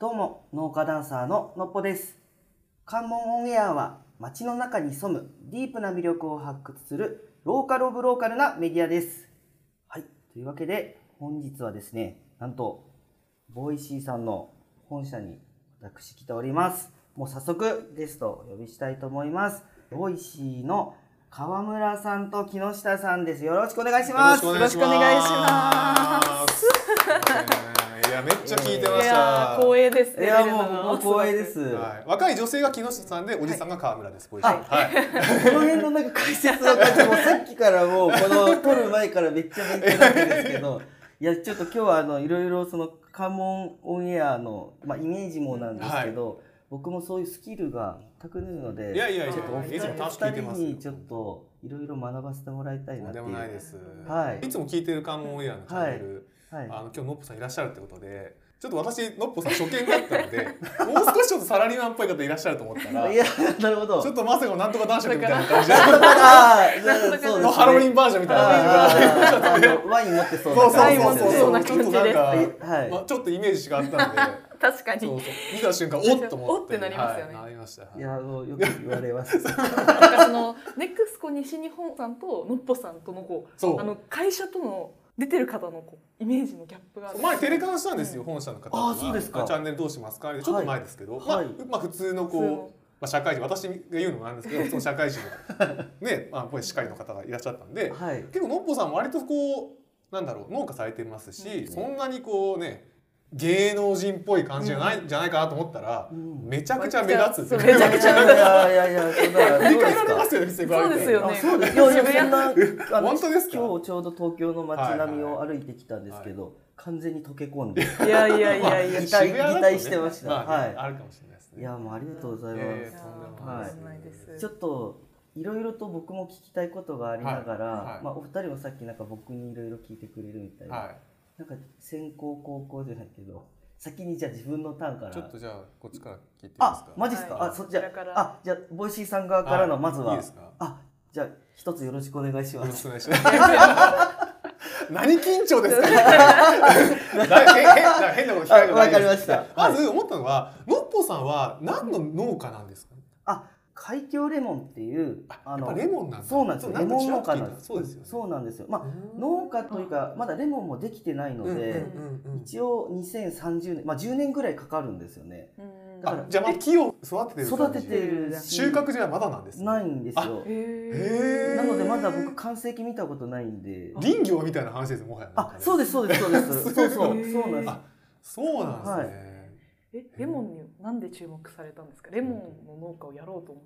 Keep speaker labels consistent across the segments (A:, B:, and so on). A: うも農家ダンサーののっぽです関門オンエアは街の中に潜むディープな魅力を発掘するローカルオブローカルなメディアですはいというわけで本日はですねなんとボイシーさんの本社に私来ておりますもう早速ゲストをお呼びしたいと思いますボイシーの川村さんと木下さんですよろしくお願いします
B: よ。
C: ろしくお願いします
B: いやめっちゃ聞いてま
C: い
B: し
C: や
B: た。
C: ー光栄です
A: い
C: ね。
A: や
C: 出れたの
A: もうもう光栄です。
B: はい若い女性が木下さんでおじさんが川村です。
A: はい
B: はい。
A: この辺のなんか解説の感じもさっきからもうこの撮る前からめっちゃ勉強になってるんですけど、いやちょっと今日はあのいろいろその関門オンエアのまあイメージもなんですけど、僕もそういうスキルが全くないので、
B: いやいやいや
A: ちょっとお二
B: いつも楽しく聞いて
A: 人
B: ますよ
A: にちょっといろいろ学ばせてもらいたい
B: と
A: なんって
B: で
A: いう。
B: もないです。
A: はい
B: いつも聞いてる関門エアのチャンネル、
A: はい。
B: あの今日のっぽさんいらっしゃるってことで、ちょっと私のっぽさん初見だったので、もう少しちょっとサラリーマンっぽい方いらっしゃると思ったら、
A: い
B: ち
A: やなるほど。
B: ょ
A: っ
B: っとまさかのなんとか男子みたいな感じで、
A: あーじゃあそうですね
B: のハロウィンバージョンみたいな感じが。
A: あーあのワイン持ってそうな感じ
C: そうそうそうそう
B: ちょっとなんか、
A: はい
B: まあ、ちょっとイメージ違ったので、
C: 確か
B: そう
C: に。
B: そう見た瞬間おっと思って、
C: おってなりますよね
B: はいなりました。はい
A: いやあのよく言われます。
C: なんかそのネクスコ西日本さんとのっぽさんとのこ
B: そう
C: うあの会社との出てる方のこうイメージのギャップがある。
B: 前テレカンしたんですよ、本社の方が
A: あそうですか
B: チャンネルどうしますかちょっと前ですけど、
A: はい
B: まあ、まあ普通のこ
C: 普
B: う
C: 通の
B: まあ、社会人私が言うのもなんですけどその社会人のねまあこれ司会の方がいらっしゃったんで
A: はい。
B: 結構のっぽさんも割とこうなんだろう農家されてますし、
C: う
B: そんなにこうね芸能人っぽい感じじゃない、ん、じゃないかなと思ったら、
A: うん
B: めちゃくちゃ目立つ
C: そうめちゃくちゃ目立
A: いやいやいや、そんな
B: 振り返られ
A: どう
B: ま
A: です
B: すよね普通に
C: そうですよ
A: か。
C: ね
A: あ、そうです。いやいや、そんな、あの
B: 本当ですか
A: 今日ちょうど東京の街並みを歩いてきたんですけど、完全に溶け込んで。
C: いやいやい
B: まあ
C: やいや。
A: 擬
B: 渋
A: 態
B: 谷だとね
A: 擬態してました
B: あね
A: はい
B: あるかもしれないですね
A: いや、もうありがとうござい
B: え
A: ま
B: ー
A: す。
B: とんでも
A: はい
B: ないで
C: え
B: す
C: ー
A: ちょっと、いろいろと僕も聞きたいことがありなが
B: はいは
A: ら
B: い、
A: まあ、お二人もさっきなんか僕にいろいろ聞いてくれるみたいな。
B: は
A: なんか、先行高校じゃないけど、先にじゃあ自分のターンから。
B: いちょっとじゃあこっちから聞いていいです
A: あ
B: か、
A: マジっすか。
C: はい
A: あ、そじゃ
C: こちらか、ら
A: あ、じゃあ、ボイシーさん側からの、まずは。
B: いいですか
A: あ、じゃあ一つよろしくお願いし
B: よ
A: ま
B: ろ
A: す。
B: しくお願いします。何緊張ですか。だ変変変なこと聞かれても
A: あわ
B: 大
A: か
B: 丈
A: り
B: 夫
A: ま
B: です
A: した
B: まず思ったのは、のっぽさんは何の農家なんですか。
A: あ、海峡レモンっていうあ
B: やっぱレモンなんだ。
A: そうなんですよ。レモン農家なん
B: だ。
A: です。
B: そうですよ、ね。
A: そうなんですよ。まあ
B: うん
A: 農家というかまだレモンもできてないの
B: うんうん
A: で、
B: うんうん
A: 一応2030年まあ10年ぐらいかかるんですよね。
C: うん
A: だから
B: あ、じゃあまあ木を育ててる
A: 育
B: 感
A: て
B: じ。
A: てるし
B: 収穫じゃまだなんです、
A: ない。んですよ
C: へ。ー
B: へー
A: なのでまだ僕完成形見たことないんで。
B: 林業みたいな話ですよもはや。なん
A: あ
B: かね、
A: そうですそうですそう です。そうそう
C: へ
A: そ
C: ー
A: うなんです
B: あ。そうなんですね。
A: はい
C: えレモンになんで注目されたんですか。レモンの農家をやろうと思っ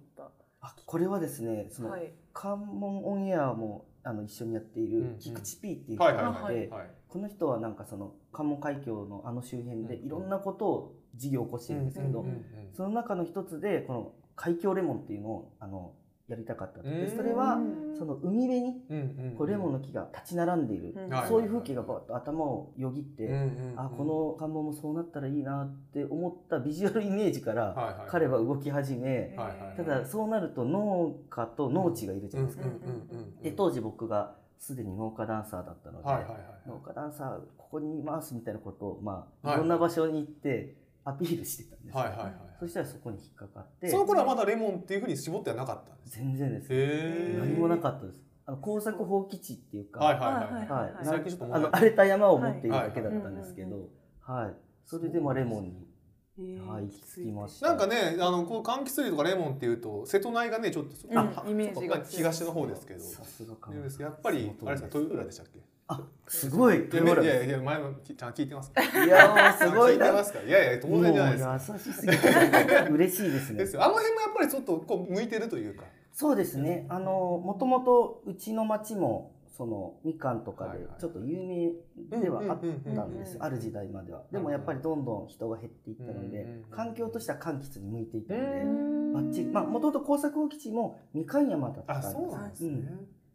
A: あこれはですね、そ
C: た。
A: の
C: はい。
A: 関門オンエアもあの一緒にやってい
B: うんう
A: る
B: ん
A: 菊池 P っていう人
B: はい
A: が
B: はい
A: て。
B: いはいはい。はい
A: この人はなんかその関門海峡のあの周辺で
B: うん
A: いろんなことを事業を起こしてるんですけど、
C: うんうん
A: その中の一つでこの海峡レモンっていうのをあのやりたかったと
B: う
A: で
B: ん
A: それは
C: うん
A: その海辺に
B: うんうんうん
A: こうレモンの木が立ち並んでいる、
C: うん
B: はい
A: そういう風景がバーッと頭をよぎって、
B: うんうんうん
A: あこの関門もそうなったらいいなって思ったビジュアルイメージから
B: はいはい
A: 彼は動き始め、
B: はいはい
A: ただそうなると農家と農地がいるじゃないですか。
C: うん
A: で当時僕がすでに農家ダンサーだったので、
B: はいはいはい
A: 農家ダンサーここにいますみたいなことを、まあ、
B: はい
A: いろんな場所に行ってアピールしてたんですよ、
B: はいはいはい
A: そしたらそこに引っかかって
B: その頃はまだレモンっていうふうに絞ってはなかったんです
A: 全然です
B: へ
A: 何もなかったですあの工作放棄地っていうか、
B: はい
C: は
B: はいはいい
C: はい
A: は
C: はいい。
B: 最近ちょっとも
A: あ
B: う
A: の荒れた山を持っているだけだったんですけど、はいそれでまあレモンに、
C: えー
A: はい、行き着きました
B: なんかねあのこう柑橘類とかレモンっていうと瀬戸内がねちょっとそ
C: うん
B: あ
C: イメージが
B: そっか東の方ですけど
A: さすがか
B: やっぱりあれですか豊浦でしたっけ
A: あすごい
B: いや
A: 豊浦
B: いや
A: で
B: いや前もきちゃんと聞いてますか
A: すいやー すごい
B: 聞いて
A: な
B: ますかいやいや当然じゃないですか
A: もう優しすぎて嬉しいですね
B: ですよあの辺もやっぱりちょっとこう向いてるというか
A: そうですね。あの、もともとうちの町も、そのみかんとか
B: は
A: で
B: いはい、
A: ちょっと有名ではあっ
C: うん
A: たんですよ。ある時代までは。でもやっぱりどんどん人が減っていったの
B: うんうんうん
A: で、環境としては柑橘に向いていたの
B: う
A: で、
B: ん
A: バッチリ。まあ、もともと工作放棄地もみかん山だったん
B: あ
A: です。
B: そうなんですね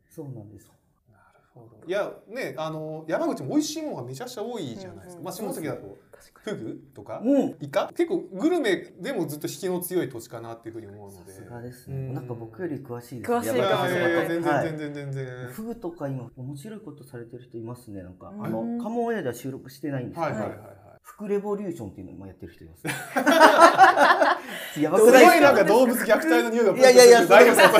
A: そうなんです。
B: なるほどいやねあの山口も美味しいものがめちゃくちゃ多いじゃないです
C: うんう
B: か
C: ん
B: まあ下関だと
C: 確か
B: フグとか
A: うん。
B: イカ結構グルメでもずっと引きの強い土地かなっていうふうに思うの
A: さ
B: で。
A: すがです
B: う
A: ね。なんか僕より詳しいです。
C: 詳しい
B: い
C: か
B: や
C: も
B: い
C: しれな
B: やいやいや全然
A: はい
B: 全然全然。
A: フグとか今面白いことされてる人いますねなんか、
C: うん
A: あのカモンエアでは収録してないんです
B: は
A: け
B: い
A: ど、
B: はいはいはい。
A: 福レボリューションっていうのもやってる人います。やばく
B: すご
A: ないいです
B: な
A: か
B: んか動物虐待の匂いが
A: いやいやいや
B: 大丈夫ですか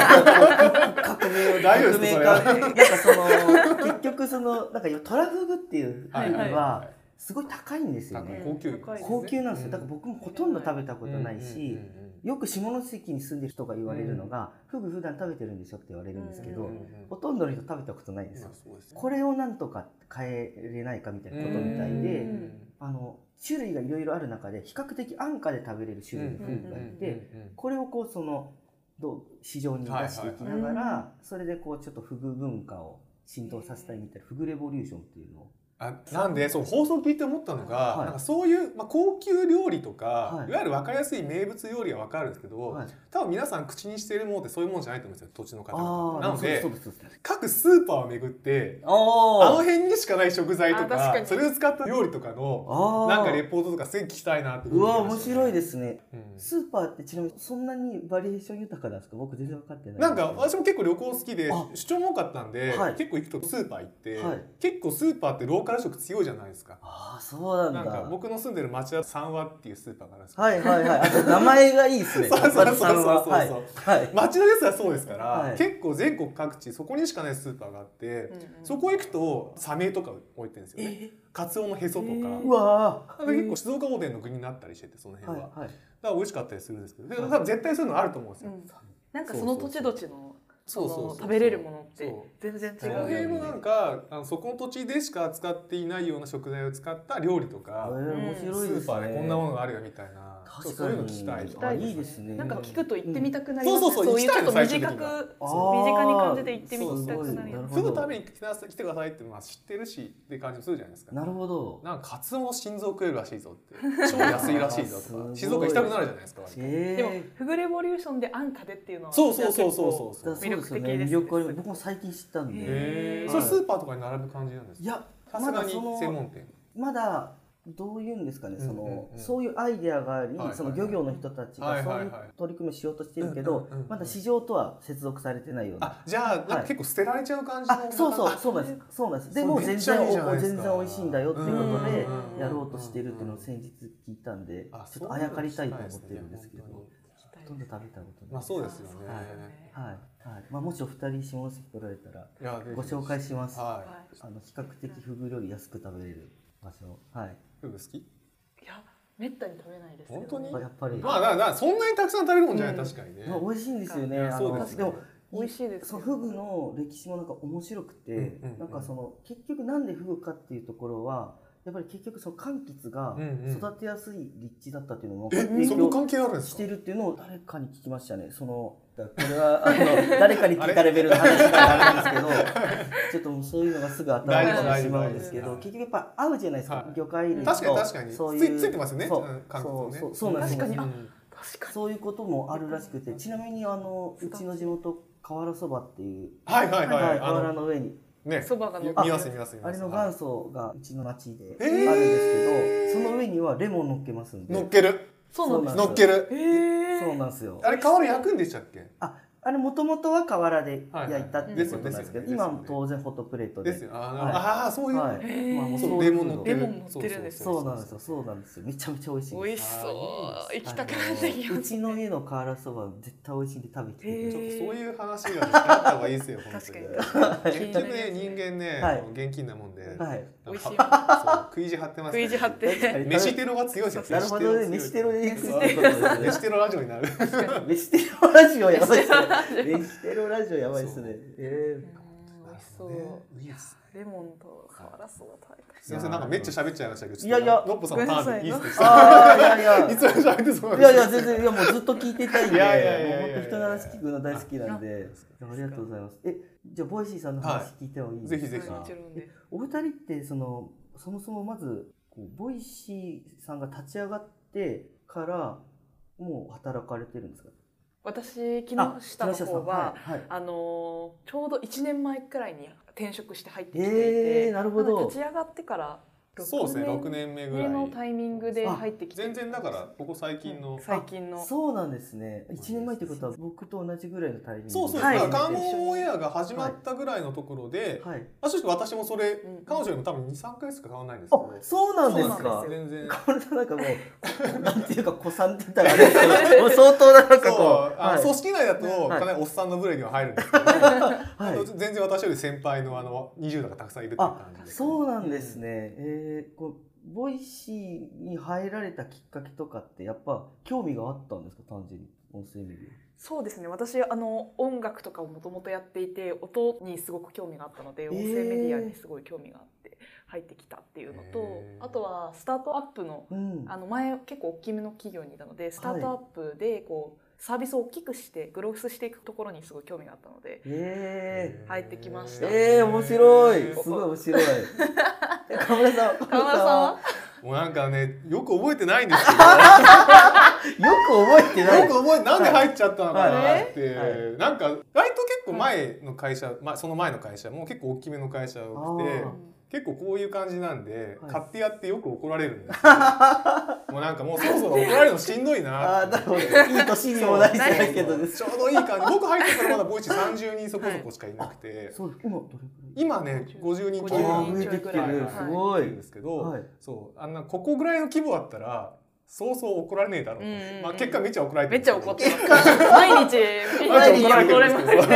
A: 革命を
B: 大丈
A: 革
B: 夫で
A: 命
B: す
A: 家
B: か
A: なんかその結局そのなんかトラフグっていう
B: それ
A: 貝
C: はい
A: はすごい高いんですよ
B: なんか
A: ね。
B: 高級
C: 高いですね
A: 高級なんですよ。だから僕もほとんど食べたことないし
B: うんう、んうんうん
A: よく下関に住んでる人が言われるのが、フグ普段食べてるんでしょって言われるんですけ
C: う
A: ど
C: ん、
A: ほとんどの人食べたことないんですよ。こ
B: れ
A: れをなんとか変えれないかみたいなことみたいで
C: うん、
A: あの種類がいろいろある中で比較的安価で食べれる種類のフグがいて、これをこうそのどう市場に出していきながら、
C: はいはいは
A: それでこうちょっとフグ文化を浸透させたいみたいなフグレボリューションっていうのを
B: あなんでそう放送聞いて思ったのが、
A: はい
B: なんかそういう、まあ、高級料理とか、
A: はい
B: い、わゆる分かりやすい名物料理は分かるんですけど、
A: はい
B: 多分皆さん口にしているものってそういうものじゃないと思うんですよ土地の方々
A: あ
B: なので
A: そうですそうですそうです
B: 各スーパーを巡ってあの
A: あ
B: 辺にしかない食材と
C: あ確
B: か
C: かに
B: それを使った料理とかの
A: あ
B: なんかレポートとかすげえ聞きたいなって、
A: うわ面白いですすね
B: うん
A: スーパーってちなみにそんなにバリエーション豊かなんですか僕全然分かってない
B: なんか私も結構旅行好きで
A: あ
B: 出張も多かったんで、
A: はい
B: 結構行くとスーパー行って、
A: はい
B: 結構スーパーってローカル食強いじゃないですか。
A: ああそうなん
B: な
A: だ
B: んか僕の住んでる町田三和っていうスーパーがあるんですけど、
A: はいはいはいあと名前がいいですね
B: そうそうそうそ
A: 松原さん
B: うそう
A: ははいはい
B: 町田ですらそうですから、
A: はい
B: 結構全国各地そこにしかないスーパーがあって、そこ行くとサメとか置いてるんですよね、
A: え
B: カツオのへそとか、
C: え
A: うわ
B: なんか結構静岡おでんの具になったりしててその
A: ー
B: 辺は、
A: はいはい
B: だから美味しかったりするんですけどで多分絶対そういうのあると思うんです
C: う
B: よ、
C: んなんかその土地土地の
B: そう
C: その
B: そうそう
C: 食べれるものって
B: そう
C: 全然違
B: そうの
C: よね
B: 辺もなんかあのそこの土地でしか使っていないような食材を使った料理とか、
A: えー面白いですね
B: スーパーでこんなものがあるよみたいな
A: 確
B: ちょ
A: かに
B: っとそういうの聞きた
A: 行
B: いで
A: き
B: す
A: た
B: ね
A: いいですね
C: なんか聞くと行ってみたくなります、
B: うんそうそうそう
C: いうちょっと
B: 行きたいの
C: 短
B: 最
C: く
A: あ
C: 身
A: ー
C: 近に感じて行ってみたくなります
A: そう
B: フグ食べに来てなさ来てくださいってまあ知ってるしって感じもするじゃないですか。
A: なるほど
B: なんかカツオの心臓食えるらしい ぞって超安いらしいぞ
A: す
B: と
A: ごい
B: か静岡行きたくなるじゃないですか。割と
A: え
C: でもフグレボリューションで安価でっていうのは
B: そうそうそうそうそうそう。
A: そうですよね
C: 魅力的です
A: 魅力あります僕も最近知ったんで、
B: へ
C: へー
B: ーそれスーパーとかに並ぶ感じなんです
A: い
B: か。
A: や
B: さ
A: ます
B: が
A: だ
B: に
A: そ
B: 専
A: の
B: 門店。
A: まだどういうんですかねその、
B: うんうんうん
A: そういうアイデアがあり、
B: はいはい
A: その漁業の人たち
B: は
A: が
B: い
A: そう
B: はい
A: い
B: はいう
A: 取り組みをしようとしてるけど、
B: うんうんうんうん
A: まだ市場とは接続されてないような
B: あじゃあなんか結構捨てられちゃう感じの。
A: あそうそうそうなんですそうなんですで
B: それ
A: もう
B: め
A: 全
B: っちゃ
A: 然
B: いいじゃない
A: お
B: ですか
A: 全然美味しいんだよっていうことで
C: うん
A: やろうとしてるっていうのを先日聞いたんで
B: あ
A: ちょっとあやかりたいと思ってるんですけど
B: そうなん
A: ほ
B: ですね
A: とんど食べたことない、
B: まあそうですよね。
A: はいはいはいまあ、もしお二人下関来られたら
B: いやぜひ
A: ご紹介します
B: は
A: あの比較的フグ料理安く食べれる場所はい
B: い。フグ好き？
C: いやめったに食べないですよね
B: 本当に
A: やっぱり、
B: まあだからだからそんなにたくさん食べるもんじゃない
C: うん
B: 確かにね。
A: まあ美味しいんですよねあ
B: そう
A: の
B: です
A: で
B: よ
A: も
B: ね。
C: 美味しいです
A: そう
C: よ
A: フグの歴史もなんか面白くて、
B: うんうんうん
A: なんかその結局なんでフグかっていうところはやっぱり結局その柑橘が
B: うんうん
A: 育てやすい立地だったっていうのも
B: え
A: 影
B: そこ
A: 響
B: 関係あるんですか？
A: してるっていうのを誰かに聞きましたねそのだこれはあ の誰かに聞いたレベルの話になるんですけどちょっともうそういうのがすぐ頭に出てしまうんですけ
B: 大
A: ど
B: 丈夫大丈夫
A: 結局やっぱ合うじゃないですか、
B: はい
A: 魚介類と
B: 確かに確かに
A: そういう
B: ついついてますよね
A: そう
B: うん柑橘
A: そ
B: も
A: う
B: ね
A: そうそうなんです
C: 確かに
A: そうなんです
B: う
C: あ
B: ん
C: 確かに
A: そういうこともあるらしくてちなみにあのうちの地元瓦そばっていう
B: はいはいはい、
A: はい、
B: あ
A: 瓦
B: の
A: の上に
B: ね
C: そばが乗っ
B: 見
C: てる
B: ます見ます見
A: あ
B: ま
A: れ
B: す
A: の
B: は
A: 元祖がうちの町であ
B: え
A: るん
B: ー
A: ですけど、その上にはレモン乗っけますん
B: い
A: で
B: 乗っける
C: そうなんで
A: そう
B: 乗っける
C: すへえ
A: そうなんですよ
B: あれ瓦焼くんでしたっけ
A: ああれもともとは瓦で焼いたっていう
C: はいはい
A: ことなんですけど、
B: ですよねですよね
A: 今は当然ホットプレートで
B: ですよあー、
A: はい
B: あーそういう、
A: はい、
C: へー
A: まあもう
B: そう
A: い
B: レ
A: う
B: モン乗ってる
C: レモン乗ってるんです
A: そうなんですよそうなんですよめちゃめちゃ美味しいん
C: 美
A: で
C: 味
A: す
C: しそう
B: あーいいで
C: 行き
B: す
C: たくなってき
A: う
C: ます
A: ちの家の瓦そば絶対美味しいんで食べてきてくだ
B: ち
A: さ
B: ょ
A: い
B: っとそういう話が、ね、あった方がいいですよ本
C: 確
B: 当
C: か
B: に
C: に確かに
B: 結局ね人間ね、
A: はい
B: あの現金なもんで、
A: はい
B: なん
C: 美味
B: か
C: しい
B: はそう食い地張ってます
C: 食
B: ね
C: い地張 って
B: 飯テロが強いですよ
A: なるほどね飯テロで行くっていうことです
B: 飯テロラジオになる
A: ね飯テロラジオやばいですね飯テロラジオやばいですねえー
C: うん美味しそう、
B: なるほどねいいですね
C: レモンと瓦そば食べたい
B: すみませんなんかめっちゃ喋っちゃいましたけど
A: いやいや
B: ちょっとノッポさんのターンでいいですか
A: あーいやいや
B: いつも喋ってそうな
A: い
B: んです
A: や
B: け
A: い
B: ど
A: や全然いやもうずっと聞いてたいんで、
B: いやいやいやいや
A: もう本当人の話聞くの大好きなんで、いやありがとうございます。え、じゃあボイシーさんの話聞いてもいいですか。
B: はいぜひぜひ
C: もちろんです
A: お二人ってそのそもそもまずこうボイシーさんが立ち上がってからもう働かれてるんですか。
C: 私木下の
A: 木下さ
C: 方
A: んは
C: は
A: いはい
C: あのーちょうど1年前くらいに転職して入ってきていて、
A: えーなるほど
C: なので立ち上がってから
B: そうですね
C: 6
B: 6年目ぐら
C: 年
B: い
C: のタイミングで入ってきて
B: 全然だからここ最近の、
C: 最近の
A: そうなんですね1年前ってことは僕と同じぐらいのタイミング
B: そうそう、
C: はい
B: だからカモンオンエアが始まったぐらいのところで、
A: はい
B: あ正直私もそれ
C: うん
B: 彼女よりも多分23回しか変わらないんですけ
A: あ
B: ど
A: そうなんです
C: そうなん
A: か
C: ですよ
B: 全然
A: これはなんかもうなんていうか子さんって言ったらあれですけどもう相当ななんか
B: そ
A: こう
B: うあの
A: はい
B: 組織内だと
A: はい
B: かなりおっさんの部類には入るんですけど、あ
A: はい
B: の全然私より先輩のあの20代がたくさんいるっていう
A: あ
B: 感じで
A: そうなんですね、えー、こうボイシーに入られたきっかけとかってやっぱ興味があったんですか単純に音声メディ
C: そうですね私あの音楽とかをもともとやっていて音にすごく興味があったので
A: ー
C: 音声メディアにすごい興味があって入ってきたっていうのと、
B: へー
C: あとはスタートアップの
A: アうん
C: あの前結構大きめの企業にいたのでスタートアップでこうサービスを大きくしてグロースしていくところにすごい興味があったので
A: え
C: 入ってきま
A: ー、
C: した
A: えー、面白い
B: えー
A: すごい面白いえ 河村さん
C: 河村さんは
B: もうなんかねよく覚えてないんですけど
A: んはよく覚えてない
B: よく覚えなんで入っちゃったのかなって、
A: はいは
B: なんか割と結構前の会社、まあ、その前の会社も結構大きめの会社を来て
A: あー
B: 結構こういう感じなんで、
A: はい
B: 買ってやってよく怒られるんです よもうなんかもうそろそろ怒られるのしんどいな
A: あ
B: っ
A: ーな
B: て
A: るほどいい年にもなり
C: そう
A: たいけどです
B: ちょうどいい感じ僕入ってからまだボイチ30人そこそこしかいなくて、
A: そうです今どれく
B: 今ね50人
A: らいあ
C: 50
A: ー
C: 人
A: 増え
C: ちょ
A: て
C: い
A: き
C: ぐ
A: て
C: らい
A: る
B: はい
A: すご
B: なん
A: い
B: ですけど、
A: はい
B: そうあんなここぐらいの規模だったらそうそう怒られねえだろうと、
C: うんうんうん
B: まあ、結果めっちゃ怒られて
C: めっ
B: るん
C: ち
B: ですけ
C: ゃ
B: ど
C: 怒ってます。毎日、
B: 毎日怒られてる
C: ま
B: ん
C: す
B: です けど。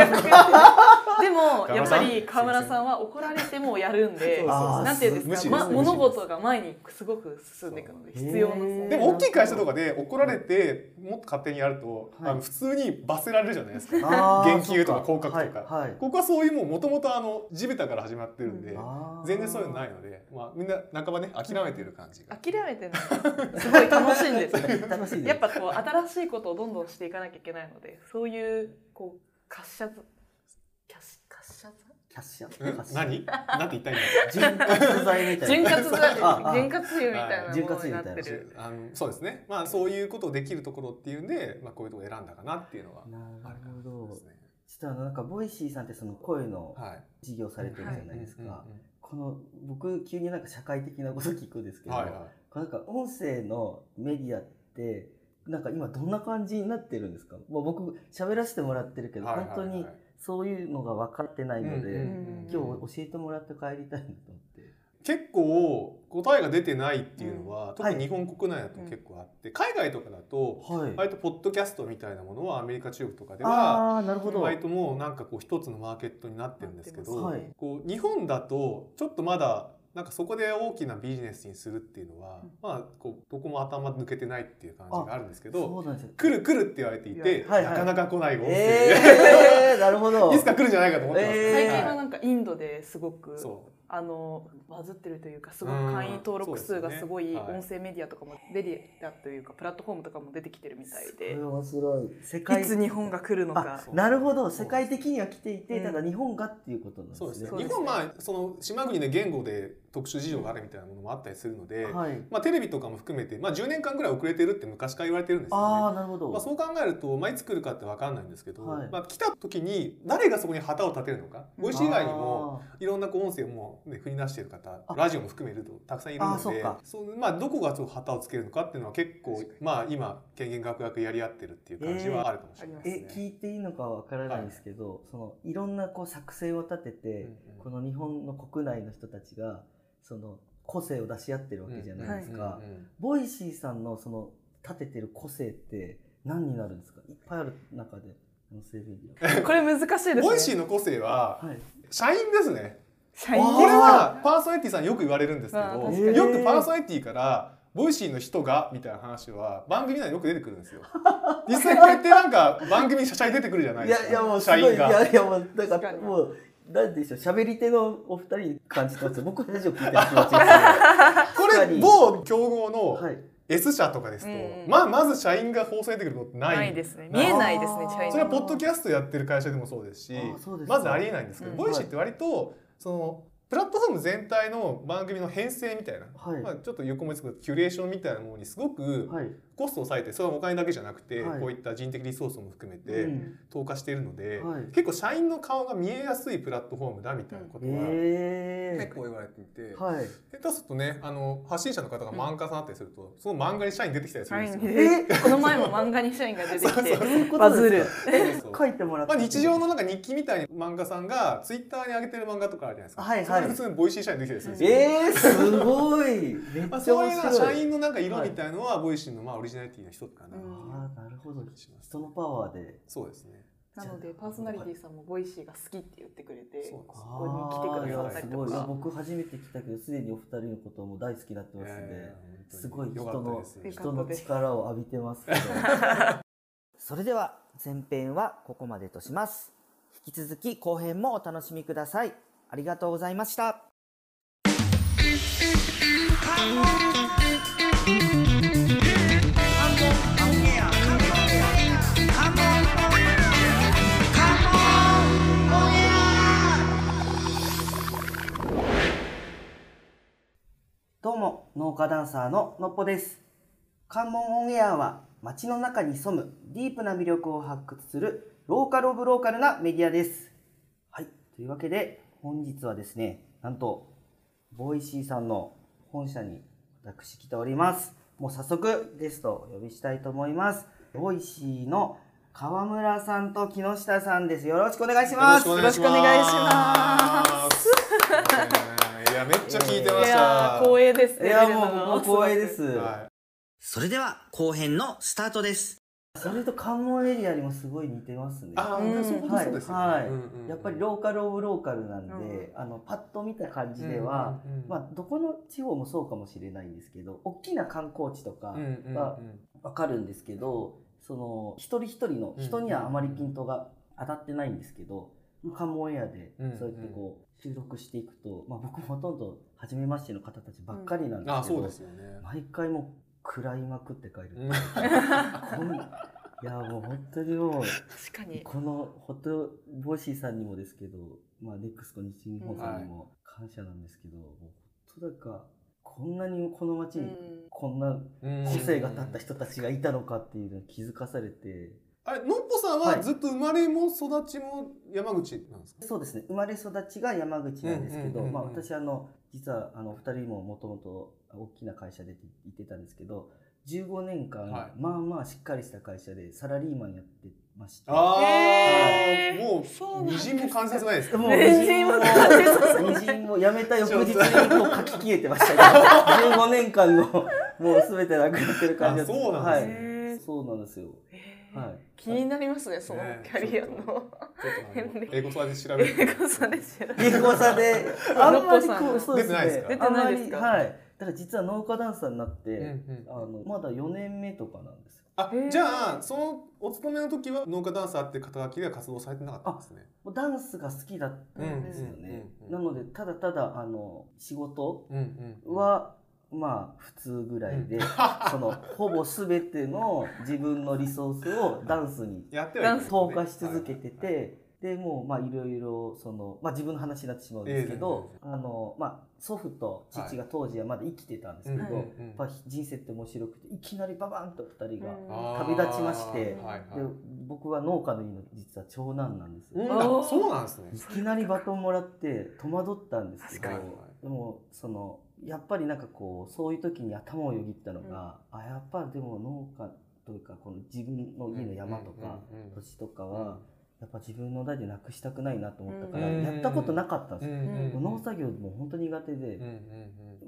C: でも、
B: 河村
C: やっ
B: さ
C: ぱ
B: ん
C: り河村さんは怒られてもやるん
B: そう
C: で、
B: そう
A: あ
B: そう
A: ー
C: なんていうんですか、ま、
A: 無視です
C: 物事が前にすごく進んでいくので、
A: そう
C: 必要な存在
B: でも大きい会社とかで怒られてもっと勝手にやると、
A: はい
B: あの普通に罰せられるじゃないですか。
A: あー
B: 言及とか
A: そう
B: 降格とか
A: はいはい
B: ここはそういうもう元々あの地べたから始まってるんで、
A: あー
B: 全然そういうのないので、まあみんな半ばね諦めてる感じが。
C: 諦めてない。すごい楽しいんですよ。
A: 楽しいね
C: やっぱこう、新しいことをどんどんしていかなきゃいけないので、そういう、こう、滑車座、滑車
A: キャッシャ
B: う
A: ー
B: ん 何？なんて言ったらいい
A: 潤滑剤み
C: 座
A: たい
C: 潤
A: な
C: 滑
A: あ
C: 座、
A: あ
C: 潤滑油みたいなものになっ
A: 潤滑油み
C: て
A: たい
C: る。
B: の？あのそうですね。まあそういうことできるところっていうんで、まあこういうところ選んだかなっていうのはあ
A: な
B: る
A: る
B: かなと
A: ほ
B: 思い
A: ど
B: ますね。
A: 実はあのなんかボイシーさんってその声の
B: はい。
A: 事業されてるじゃないですか、
B: うんうんうん
A: この僕急になんか社会的なこと聞くんですけど、
B: はいはい。
A: こうなんか音声のメディアってなんか今どんな感じになってるんですかもう僕喋らせてもらってるけど、
B: はいはいはい
A: 本当にそういうのが分かってないので、
B: うんうん
A: 今日教えてもらって帰りたいなと思って。
B: 結構答えが出てないっていうのは、特
A: は
B: に
A: い
B: 日本国内だと結構あって、海外とかだと
A: はい、
B: 割とポッドキャストみたいなものはアメリカ中国とかでは
A: ああーなるほど。
B: 割ともうなんかこう一つのマーケットになってるんですけど、
A: はい
B: こう日本だとちょっとまだなんかそこで大きなビジネスにするっていうのは、
C: うん
B: まあこうどこも頭抜けてないっていう感じがあるんですけど
A: そうなんですよ。
B: 来る来るって言われていて、
A: はいはい
B: なかなか来ない音声で、
A: ええー、なるほど。
B: いつか来るんじゃないかと思ってます、
A: えー
C: 最近は
B: は
C: なんかインドですごく
B: い、そう
C: あのバズってるというかすご
B: う
C: く
B: ん
C: 会員登録数がすごい
B: そうですねはい
C: 音声メディアとかもメディアというかプラットフォームとかも出てきてるみたい
A: これ
C: で
A: 面白い。世界
C: いつ日本が来るのか
B: そう
A: なるほど
B: そう
A: 世界的には来ていて、
C: うん
A: ただ日本がっていうことなんです
B: そう
A: ね。
B: ですね
C: そう
B: 日
C: ですね
B: 本まあその島国で言語で特殊事情があるみたいなものもあったりするので、
A: はい。
B: まあ、テレビとかも含めて、まあ、10年間ぐらい遅れてるって昔から言われてるんです
A: あ
B: よ
A: あ
B: ね。
A: なるほど。
B: まあ、そう考えると、まあ、いつ来るかって分かんないんですけど、
A: はい
B: まあ、来た時に誰がそこに旗を立てるのか
C: うん
B: ボイシー以外にもいろんなこう音声も、ね、振り出してる方
A: あ
B: ラジオも含めるとたくさんいる
A: あー
B: の
A: そっ
B: で
A: か
B: そうまあ、どこがそう旗をつけるのかっていうのは結構
C: 確か、に
B: まあ、今権限学学やり合ってるっていう感じはあるかもしれない
A: あー
B: です
A: え
B: ね。
A: 聞いていいのかわからないんですけど、そのいろんなこう作戦を立てて、
B: うんうん
A: この日本の国内の人たちがその個性を出し合ってるわけじゃないですか。
B: うんうんうんうん
A: ボイシーさんのその立ててる個性って何になるんですか。いっぱいある中でのセビリ ア。
C: これ難しいですね
B: ボイシーの個性は
A: はい。
B: 社員ですね。
C: 社員
A: あー
B: これはパーソナリティさんよく言われるんですけ
C: あー
B: ど、
C: 確
A: かに
B: よくパーソナリティからボイシーの人がみたいな話は番組内によく出てくるんですよ。実際これってなんか番組に社員出てくるじゃない
A: い
B: ですか。
A: やいやもうすご
B: 社
A: いい
B: 員が。
A: やいやもうなんか
C: 確かに
A: もうなんでしょう喋り手のお二人に感じてます僕ラジオ聞いてる気持ちです
B: こ
A: 確か
B: れ
A: に
B: 某競合
A: けどは
B: の
A: い
B: S 社とかですと、
C: うんうん
B: まあまず社員が放送に出てくることってない。
C: ないですね
B: な
C: 見
B: い
C: えないですね
A: あー
C: 社員
B: それはポッドキャストやってる会社でもそうですし
A: あそうですか
B: まずありえないんですけど、
C: うん
B: ボイシーって割とそのプラットフォーム全体の番組の編成みたいな、
A: はい
B: まあ、ちょっと横もつくキュレーションみたいなものにすごく
A: はい
B: コストを抑えてそれはお金だけじゃなくて、
A: はい
B: こういった人的リソースも含め
A: う
B: て
A: ん
B: 投下しているので、
A: はい
B: 結構社員の顔が見えやすいプラットフォームだみたいなことは
A: え
B: 結構言われていて、
A: えはい
B: 下手するとねあの発信者の方が漫画家さんだったりすると、その漫画に社員出てきたりするんですよ。
A: え
C: この前も漫画に社員が出てきて
A: どういうこと
C: バ
A: で
C: ズる
A: すか。
B: そうそう
A: 書いてもらっ
B: ま
A: た
B: あ、日常のなんか日記みたいに漫画さんがツイッターに上げてる漫画とかあるじゃないですか、
A: はいはい
B: それが普通にボイシー社員できたりするんですよ、
A: えー、すごいめっ
B: まあ、
A: ちゃ
B: そう
A: 面
B: いうの
A: 白
B: はい社員のなんか色みたいのはボイシーのまあオリジナリティの一つかな、
C: うん
A: ああなるほど
B: します
A: 人のパワーで
B: そうですね
C: なのでパーソナリティさんもボイシーが好きって言ってくれ
B: そう
C: て
B: です
C: ここに来てくださったりと
A: あーすごい
C: か
A: 僕初めて来たけどすでにお二人のことはもう大好きになってますんで、すごい人の
C: よか
A: 人
C: った
A: の
C: です
A: 力を浴びてますけどそれでは前編はここまでとします引き続き後編もお楽しみくださいありがとうございましたどうも農家ダンサーののっぽです関門オンエアは街の中に潜むディープな魅力を発掘するローカルオブローカルなメディアですはいというわけで本日はですねなんとボイシーさんの本社に私来ておりますもう早速ゲストをお呼びしたいと思いますボイシーの川村さんと木下さんですよろしくお願いします
B: よろしくお願いします。 いやめっちゃ聞いてま
C: い
B: した。
C: やー光栄です
A: い
C: ね
A: や
C: 出るのが
A: もう光栄です、
B: は
A: それでは後編のスタートですそれと関門エリアにもすごい似てますね
B: い。ああ、
C: うん
B: そういうことそうですよね
A: はいはい
B: うんうんうん
A: やっぱりローカルオブローカルなんで、
C: う
A: あのパッと見た感じでは、、
B: うんうんうん
A: まあ、どこの地方もそうかもしれないんですけど大きな観光地とか
B: うんうんうん
A: はわかるんですけど、その一人一人の人にはあまりピントが当たってないんですけど、関門エリアで
B: うん
A: そうやってこう収録していくと、まあ、僕ほとんど初めましての方たちばっかりなんで
B: あー
A: すけど、
B: そうですよね。
A: 毎回もう食らいまくって帰る。
B: うん
A: こんいやもう本当にもう
C: 確かに
A: このホットボイシーさんにもですけど、まあ、ネクスコ西日本さんにも感謝なんですけど、もう本当だかこんなにこの街
C: う
A: に
C: ん
A: こんな
B: うん
A: 個性が立った人たちがいたのかっていうのに気づかされて、
B: あれのっぽさん
A: は
B: はいずっと生まれも育ちも山口なんですか。
A: そうですね生まれ育ちが山口なんですけど、
B: うんうんうんうん
A: まあ、私あの実はあのお二人ももともと大きな会社で行ってたんですけど15年間、
B: はい
A: まあまあしっかりした会社でサラリーマンやってまして
B: ああ、
C: へー
B: も
C: そうな
B: うん
C: だ
B: みじんも感じさせないですね。
A: もう
C: 全然わかんない
A: 偉人も辞めた翌日にもう書き消えてましたけど15年間のもう全てなくなってる感じだった
B: あそうなんで
A: は
B: す
C: ねへ
A: い、
C: ー
A: そうなんですよ、
C: えー
A: はい、
C: 気になりますねそのキャリアの
B: ちょっとあの
C: 変で
B: 英語さで調べる。
C: 英語さで知らない
A: 英語差であんまりこ
C: ノッポさ
A: うんそうですね
B: 出
C: てないですか
A: あんまりはいだから実は農家ダンサーになって、
B: うんうん
A: あのまだ4年目とかなんですよ
B: あ
C: へー
B: じゃあそのお勤めの時は農家ダンサーっていう肩書きでは活動されてなかったんですね。
A: もうダンスが好きだったんですよね、
B: うんうん
A: なのでただただあの仕事
B: うんうん
A: はまあ普通ぐらいで、そのほぼ全ての自分のリソースをダンスに
B: やってはいたんですね
A: 投下し続けてて、
B: はいはい
A: でもうまあいろいろその、まあ、自分の話になってしまうんですけど、あのまあ、祖父と父が当時はまだ生きてたんですけど、
C: はいうん
A: やっぱ人生って面白くていきなりババンと2人が、
C: うん
A: 旅立ちまして
B: あーはいはい
A: で僕は農家の家の実は長男なんですよ、
B: うんあ
C: あ
B: そうなんですね。
A: いきなりバトンもらって戸惑ったんですけ
B: 確か
A: どでもそのやっぱりなんかこうそういう時に頭をよぎったのが、あやっぱでも農家というかこの自分の家の山とか
B: うんうんうんうん
A: 土地とかはやっぱ自分の代でなくしたくないなと思ったから、
B: うん
A: やったことなかったん
B: う
A: で
B: ん
A: すよ、
B: うんうん
A: 農作業も本当に苦手で、
B: うんうん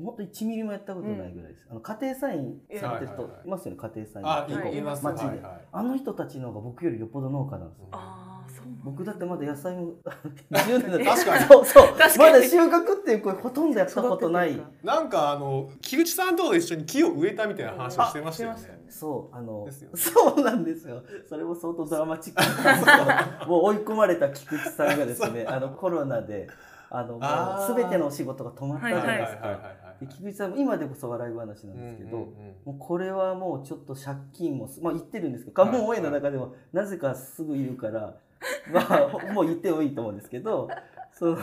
A: ほんと1ミリもやったことないぐらいです、あの家庭菜園されてる人
B: はいはいは
A: い
B: い
A: ますよね家庭
B: うん。
A: 菜
B: あ
A: 園
C: はい
B: いいます。
A: 街で、
B: はいはい
A: あの人たちの方が僕よりよっぽど農家なんですよ
C: ああそうなんだ
A: 僕だってまだ野菜 も20年だって
B: 確かに
A: そうそう
C: 確
A: ま
C: かに
A: だ収穫っていう声ほとんどやったことない
C: 育ててる
B: なんかあの木口さんと一緒に木を植えたみたいな話をしてましたよ
C: あして
B: ね。
A: そうあの、
B: ですよね
A: そうなんですよそれも相当ドラマチックなんですけども う追い込まれた菊池さんがですねあのコロナであの
B: あー
A: もう全てのお仕事が止まったじゃないです
B: はいはい
A: か
B: はいはい
A: で菊池さんも今でこそ笑い話なん
B: うん
A: ですけど、
B: うんうん
A: もうこれはもうちょっと借金もすまあ言ってるんですけど関門応 援の中でもなぜかすぐ言うから、まあほもう言ってもいいと思うんですけど その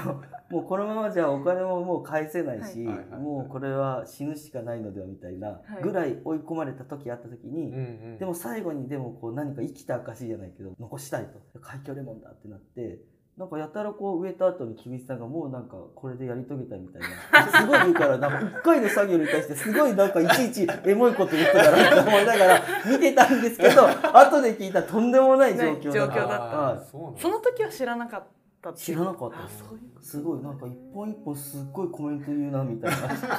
A: もうこのままじゃお金ももう返せないし、
B: はいはいはいはい
A: もうこれは死ぬしかないのではみたいなぐらい追い込まれた時あった時に、
B: うん
A: でも最後にでもこう何か生きた証じゃないけど残したいと海峡レモンだってなってなんかやたらこう植えた後に君一さんがもうなんかこれでやり遂げたいみたいなすごい言うからなんか1回の作業に対してすごいなんかいちいちエモいこと言ってたなと思いながら見てたんですけど後で聞いたらとんでもない状況だ
C: 状況だっ
A: は
C: た
A: い
B: あーそうなんだ
C: その時は知らなかったって
A: 知
C: いう
A: らなかった
C: あ
A: です
C: そういうこと
A: すごいなんか一本一本すっごいコメント言うなみたいな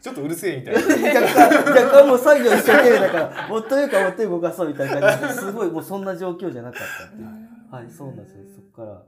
B: ちょっとうるせえみたいな
A: 若干若干もう作業一生懸命だからもっというかもっと動かそうみたいな感じですごいもうそんな状況じゃなかったっていうはいそうなんですよそこから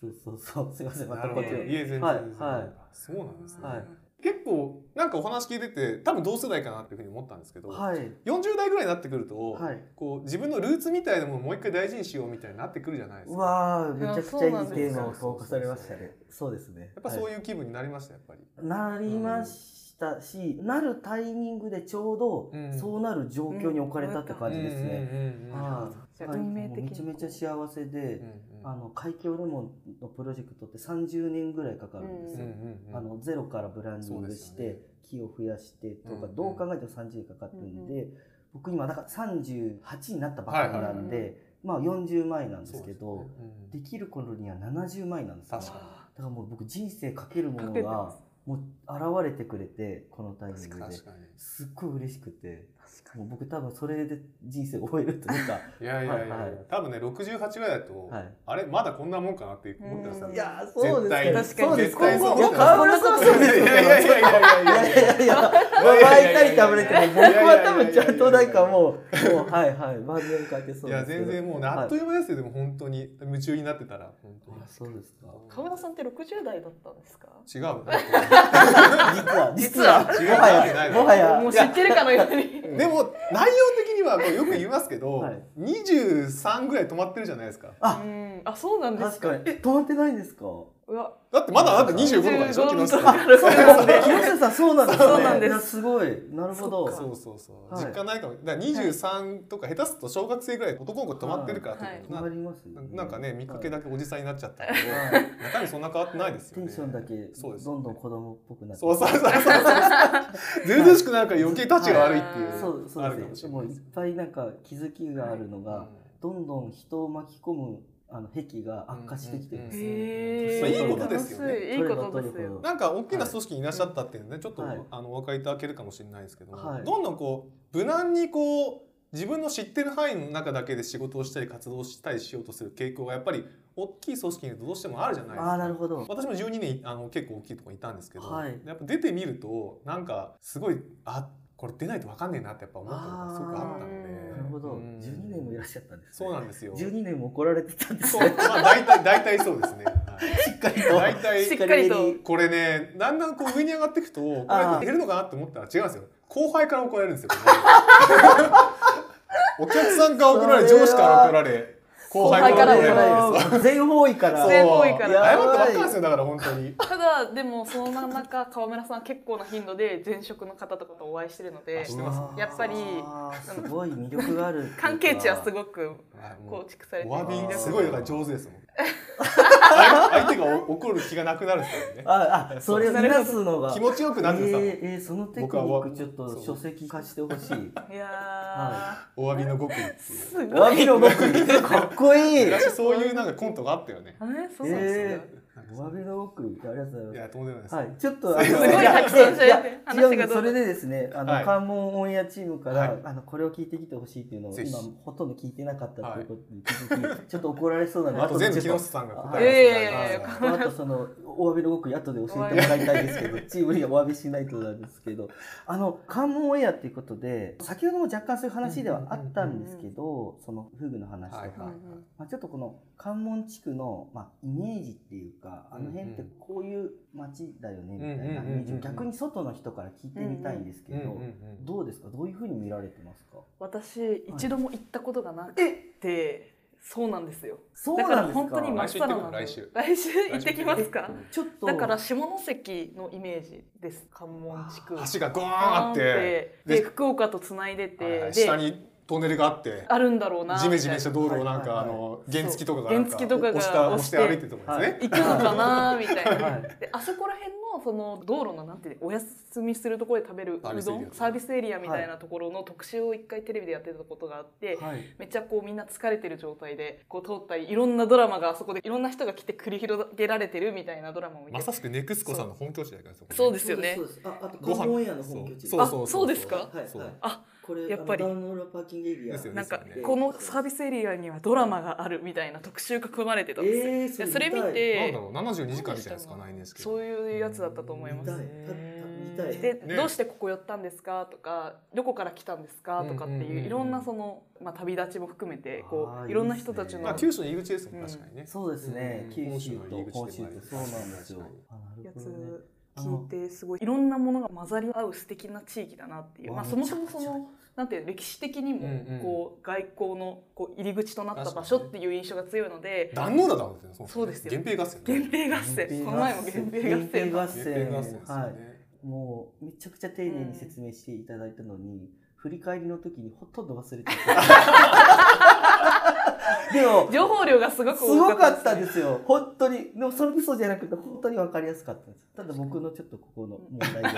A: そうそうそうすいませんま
B: な
A: た
B: る
A: こ
B: ほ
A: っ
B: ど
A: ちを
B: いえ全然
A: はい
B: 全然
A: はい
B: そうなんですね、
A: はい
B: 結構なんかお話聞いてて多分同世代かなっていうふうに思ったんですけど、
A: はい
B: 40代ぐらいになってくると、
A: はい
B: こう自分のルーツみたいなものをもう一回大事にしようみたいになってくるじゃないです
A: う
B: か
A: わーめちゃくちゃいいテーマを
B: いやそう
A: 投
B: なん
A: 稿
B: ですよ
A: されましたねそうですね
B: やっぱそう
A: う
B: いう気分になりましたやっぱり、
A: なりましたしなるタイミングでちょう
B: うん
A: どそうなる状況に置かれたって感じですね、
B: うんうんうんうん
A: はい、
C: じゃあ
A: はい
C: 運命
A: もう
C: 的
A: め
C: に
A: ちゃめちゃ幸せで、
B: うんうん
A: あの海峡レモンのプロジェクトって30年ぐらいかかるんです
B: うん
A: よ、
B: うんうん
A: あのゼロからブランディング
B: そ
A: し
B: う
A: て、
B: ですよね
A: 木を増やしてとか、
B: うん
A: どう考えても30年かかってるんで、
C: うん
A: 僕今だから38になったばかりなんで、
C: はいは
A: まあ40前なんですけ
B: そう
A: ど
B: ですよね
A: で,、きる頃には70前なんですよだ
B: 確か
A: か
B: に
A: らもう僕人生かけるもの
C: かけてま
A: がもう現れてくれてこのタイミン
B: うん
A: グで
B: 確か
A: すっごい嬉しくて
C: 確か
A: もう僕多分それで人生終えるという か。
B: にいやいやいやいや、
A: はいはい
B: 多分ね68ぐらいだと、
A: はい
B: あれまだこんなもんかなって思ってました、
C: うん
A: いやーそうですけど
C: 絶対
A: そうです今後
B: 絶対そう
A: いや川村さんはそうですよ
B: いやいやいやいや
A: いや
B: いや
A: いやいや、
B: やいやいや
A: 巻いたり食べれても、僕は多分ちゃんとなんかもう、もうはいはい、万全かけそ
B: いうや
A: ですけど。
B: 全然もうねあっという間ですよ、でも本当に夢中になってたら本当に
A: あそうですか。
C: 川村さんって60代だったんですか
B: 違うなんか
A: 実は、実
C: 実
A: は
C: は、
B: 違う
A: もはや、もはや
C: もう知ってるかのように
B: でも内容的にはこうよく言いますけど、
A: はい
B: 23ぐらい止まってるじゃないですか
A: あ
C: うんあそうなんで
A: 確
C: すか
A: かに。え、止まってないんですか
C: うわ
B: だってまだあなた25とかでしょ木
C: 15
B: 下さ
C: と
B: ん
C: かそうですね
A: 木下さん、そうなんですね。
C: そうなんです
A: いやすごい。なるほど。
C: そ
B: そうそうそう、
A: はい
B: 実感ないかもだから23とか下手すると小学生ぐらい男の子止まってるからってこと
A: 止まりますね
B: ななんかね見かけ
A: だ
B: だけおじさんになっちゃったけど、
A: はい
B: 中身そんな変わってないですよ
A: テ
B: ね
A: ンションだけ、
B: そうです
A: どんどん子供っぽくなって。
B: そうそうそうそうそうずうずうしくなるから余計たちが悪いっていう、
A: そうそ
B: あ
A: う
B: るか
A: で
B: もし
A: す
B: れ
A: ね。
B: な
A: も
B: いうで
A: い
B: す
A: っぱいなんか気づきがあるのが、どんどん人を巻き込むあの癖が悪化してきてるんですよ、
C: へ
A: まあ
C: ー
A: いいこと
B: ですよね
C: 楽しいいい
A: 取れ
C: ことです
A: ば取るほ
C: よ
A: ど
B: なんか大きな組織にいらっしゃったっていうね、ちょっと、
A: はい
B: あのお分かりいただけるかもしれないですけど、
A: はい
B: どんどんこう無難にこう自分の知ってる範囲の中だけで仕事をしたり活動したりしようとする傾向がやっぱり大きい組織にいるとどうしてもあるじゃないです
A: ああ
B: か。
A: なるほど
B: 私も12年あの結構大きいところにいたんですけど、
A: はい
B: やっぱ出てみるとなんかすごいあこれ出ないと分かんねえなってやっぱ思ったことがすごくあったので
A: なるほど
B: うん
A: 12年もいらっしゃったんです、ね、
B: そうなんですよ
A: 12年も怒られてたんです
B: そう、
A: ね
B: まあ、大体大体そうですね、はい
A: しっかりと
B: 大体
C: しっかりと
A: しっ
B: これねだんだんこう上に上がっていくとこ
A: あー
B: れ出るのかなって思ったら違うんですよ後輩から怒られるんですよ お客さんから怒られ
A: それは
B: 上司から怒られ後輩から怒ら
C: 後輩
B: れ
C: から
B: る
A: も全方位から
C: 全方位から
B: 謝ってばっかりですよだから本当に
C: ただでもそんな中川村さんは結構な頻度で前職の方とかとお会いしてるので
B: あしてます
A: うわー
C: やっぱり
A: すごい魅力があ る
C: 関係値はす
A: い
C: ごく
B: はいもう
C: 構築されて
B: お
C: る
B: 詫び
A: あー
B: すごいだから上手ですもん相相手がお怒る気がなくなるんですよ ね
A: ああそれを見出すのが
B: 気持ちよくなるんです
A: え
B: よ
A: ーえーそのテクニックちょっ
B: 僕は
A: と
B: そ
A: 書
B: う
A: 籍化してほしい
C: いや
B: お詫びの極意って
C: ー
B: いう
C: すご
A: わ
C: い
A: びの極意かっこいい
B: 昔そういうなんかコントがあったよね
C: あれそうなんですか、
A: えー、わびの奥ありがとうございます
B: いやとんでもないです、
A: はい、ちょっとあの
B: すごい
C: たくさん喋って
A: いや
C: 話
A: 違うんで
C: が
A: す
C: ど
A: そう
C: ぞ
A: れでですねあの、
B: はい
A: 関門オンエアチームから、
B: はい
A: あのこれを聞いてきてほしいっていうのを
B: ぜひ
A: 今ほとんど聞いてなかったということに気づき、ちょっと怒られそうなので
B: あと全部
A: ち
B: 木
A: ょ
B: 下
A: っと
B: さんが答
A: はい
B: えます
C: いやいやいや
A: あとそのお詫びの極意後で教えてもらいたいです けどチームにはお詫びしないとなんですけどあの関門オンエアっていうことで先ほども若干そういう話ではあったんですけど、そのフグの話とか、
B: はいはいはい
A: まあ、ちょっとこの関門地区の、まあ、イメージっていうかあの辺って
B: うんうん
A: こういう街だよねみたいな
B: う
A: イ
B: んうんうんうん
A: メージを逆に外の人から聞いてみたいんですけ
B: うんうん
A: ど
B: うん
A: どうですかどういうふうに見られてますか
C: 私一度も行ったことがなく
A: え
C: てそうなんですよ
A: そう
C: だ
A: な
C: から
A: んですか
C: 本当に真っさらなんで
B: 来週行
C: す
B: っ
C: 来週行ってきますか
A: ちょっと
C: だから下関のイメージです関門地区
B: 橋がゴーンあって
C: で
B: で
C: 福岡とつないでて、
B: はいはい
C: で
B: 下にトンネルがあって
C: あるんだろうな
B: ジメジメした道路をなんか
A: は
B: あ
A: いはいはい
B: の原付とかが
C: そ
B: な
C: う
B: ん
C: 原付とかが
B: 押した
C: 押
B: 押
C: し
B: してて歩いてると思うんですね。
C: 行くのかなみたいな、
A: はい
C: であそこら辺のその道路のなんていうのお休みするところで食べるう
B: サービスエ
C: ど
B: リ
C: ん
B: ア
C: サービスエリアみたいなところの特集を一回テレビでやってたことがあって、
A: はい
C: めっちゃこうみんな疲れてる状態でこう通ったりいろんなドラマがあそこでいろんな人が来て繰り広げられてるみたいなドラマを見て
B: まさしくネクスコさんの本拠地だからそこね
C: そうですよね
A: そうですそうですああと
B: ご飯
A: 観音エアの本拠地
B: そう
A: あ
B: そう
C: あそうですか
A: はい
B: そう
A: はい
C: あ
A: これ
C: やっぱり
A: あのダウンロードパーキングエリア
B: ですよね
C: なんか
B: ですよね
C: このサービスエリアにはドラマがあるみたいな特集が組まれてたんですよ、
A: えー
C: で
A: そ
C: それ
A: れ見
C: 見
A: たい
B: なんだ
C: て
B: ろう72時間みたいなですかないんですけど。
C: そういうやつだったと思います
A: 見たいたた見たい
C: で、
B: ね
C: どうしてここ寄ったんですかとかどこから来たんですかとかって
B: うんうんうん
C: いううんいろんなその、まあ、旅立ちも含めてこ
A: あー
C: ういろんな人たち
A: いい
C: の
B: まあ九州の入り口ですもん
C: うん
B: 確かにね。
A: そうですね、
B: うん
A: 九州と
B: 本
A: 本
B: 州
A: 州
B: の入
A: と
B: り口
A: そうなんですよ
B: 確かに
A: あな
C: や
A: るほどね
C: つ聞いてすごいいろんなものが混ざり合う素敵な地域だなっていう、
A: わ
C: まあ、
A: め
C: そも
A: ちゃ
C: そも
A: くちゃ
C: そのなんていうの歴史的にも
B: うんうん
C: こう外交のこう入り口となった場所っていう印象が強いので
B: 壇ノ浦だもんね。もも
C: そうですよ
B: 源平合戦ね。
C: 源平合戦この前も源平合戦の
A: 源平合戦
B: ですよ
A: は
B: ね。
A: いもうめちゃくちゃ丁寧に説明していただいたのに、振り返りの時にほとんど忘れて たでも
C: 情報量がすごく
A: すご
C: 多
A: か
C: か
A: っ
C: った
A: た
C: で
A: んですよ本当にでもそれ嘘じゃなくて本当にわかりやすかったんですただ僕のちょっとここの問題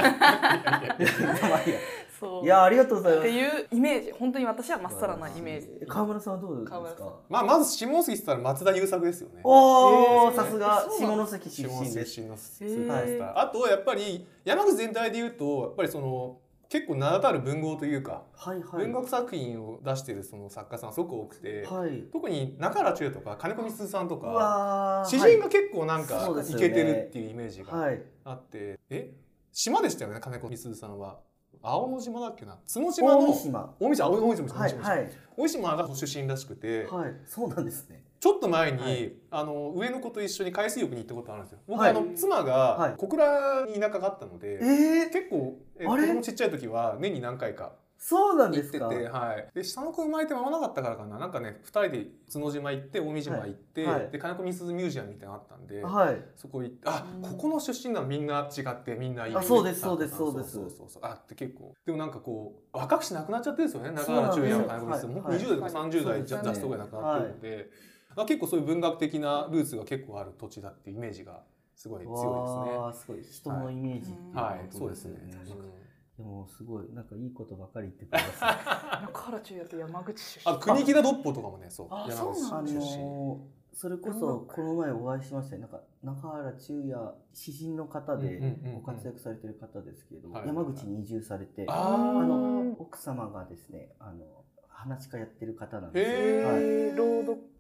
A: ですまあいいや
C: すそう
A: いやありがとうござい
C: っ
A: ま
C: て
A: す
C: いうイメージ本当に私はまっさらなイメージ
A: 川村さんはどうです
C: 川村さ
A: か
C: ん
B: まあまず下関って言ったら松田優作ですよね。
A: おお、
B: えー
A: さすが
C: そうな
A: 下
C: ん
A: 関出
B: 下
A: 身
B: 関
A: です
B: 出身の
C: へ
B: ス
C: ー
B: ーパースター。あとやっぱり山口全体で言うとやっぱりその結構名だたる文豪というか
A: はいはい
B: 文学作品を出しているその作家さんすごく多くて。
A: はい
B: 特に中原中也とか金子みすゞさんと
A: う
B: か
A: わー
B: 詩人が結構なんか
A: そうです
B: イ
A: よ
B: ケ
A: ね
B: てるっていうイメージが
A: はい、はい
B: あって、え島でしたよね金子みすゞさんは青の島だっけな角島
A: 大
B: の
A: 三島
B: 大島青大島
A: はいはい
B: 大島がご出身らしくて、
A: はいそうなんですね
B: ちょっと前に、
A: はい
B: あの上の子と一緒に海水浴に行ったことあるんですよ僕、
A: はい
B: あの妻
A: はい
B: が小倉に田舎があったので、
A: えー、
B: 結構え
A: あ
B: 子
A: れ
B: 供ちっちゃい時は年に何回か
A: そうなん
B: 行っ
A: で
B: て
A: す
B: て、
A: か
B: はい、で下の子生まれて間もなかったからかななんかね2人で角島行って大三島行って、
A: はいはい
B: で金子みすゞミュージアムみたいなのあったんで、
A: はい
B: そこ行ってあ
C: うん
B: ここの出身なのみんな違ってみんないい
A: あそうですそうです
B: なん
A: そう
B: か
A: です
B: そうそうそうあって結構でもなんかこう若くして亡くなっちゃってるんですよね中原中也の金子みす
A: そう
B: も
A: なんですよ
B: う20代とか30
A: はい
B: 代じゃ
A: そうで
B: 雑
A: す
B: 草
A: よね
B: が亡くなってるので、あ結構そういう文学的なルーツが結構ある土地だっていうイメージがすごい強いですね。
A: わーすごい人のイメージってう
B: は
A: こ
B: い、
A: と
B: そうですね。
C: 確かに
A: でもすごいなんかいいことばかり言ってください
C: 中原中也と山口出身
B: あ、国木田六法とかもね、 そう、
C: あ
B: 山口
C: そうな
A: あ
C: ん
B: 出
C: だ
B: 身。
A: のーそれこそこの前お会いしましたよなんか中原中也詩人の方
B: うんう
A: で
B: んうんうん
A: ご活躍されてる方ですけれども、
B: はい
A: 山口に移住されて
B: あー
A: あの奥様がですねあの話し家やってる方なんですよ
B: へー、
C: 朗読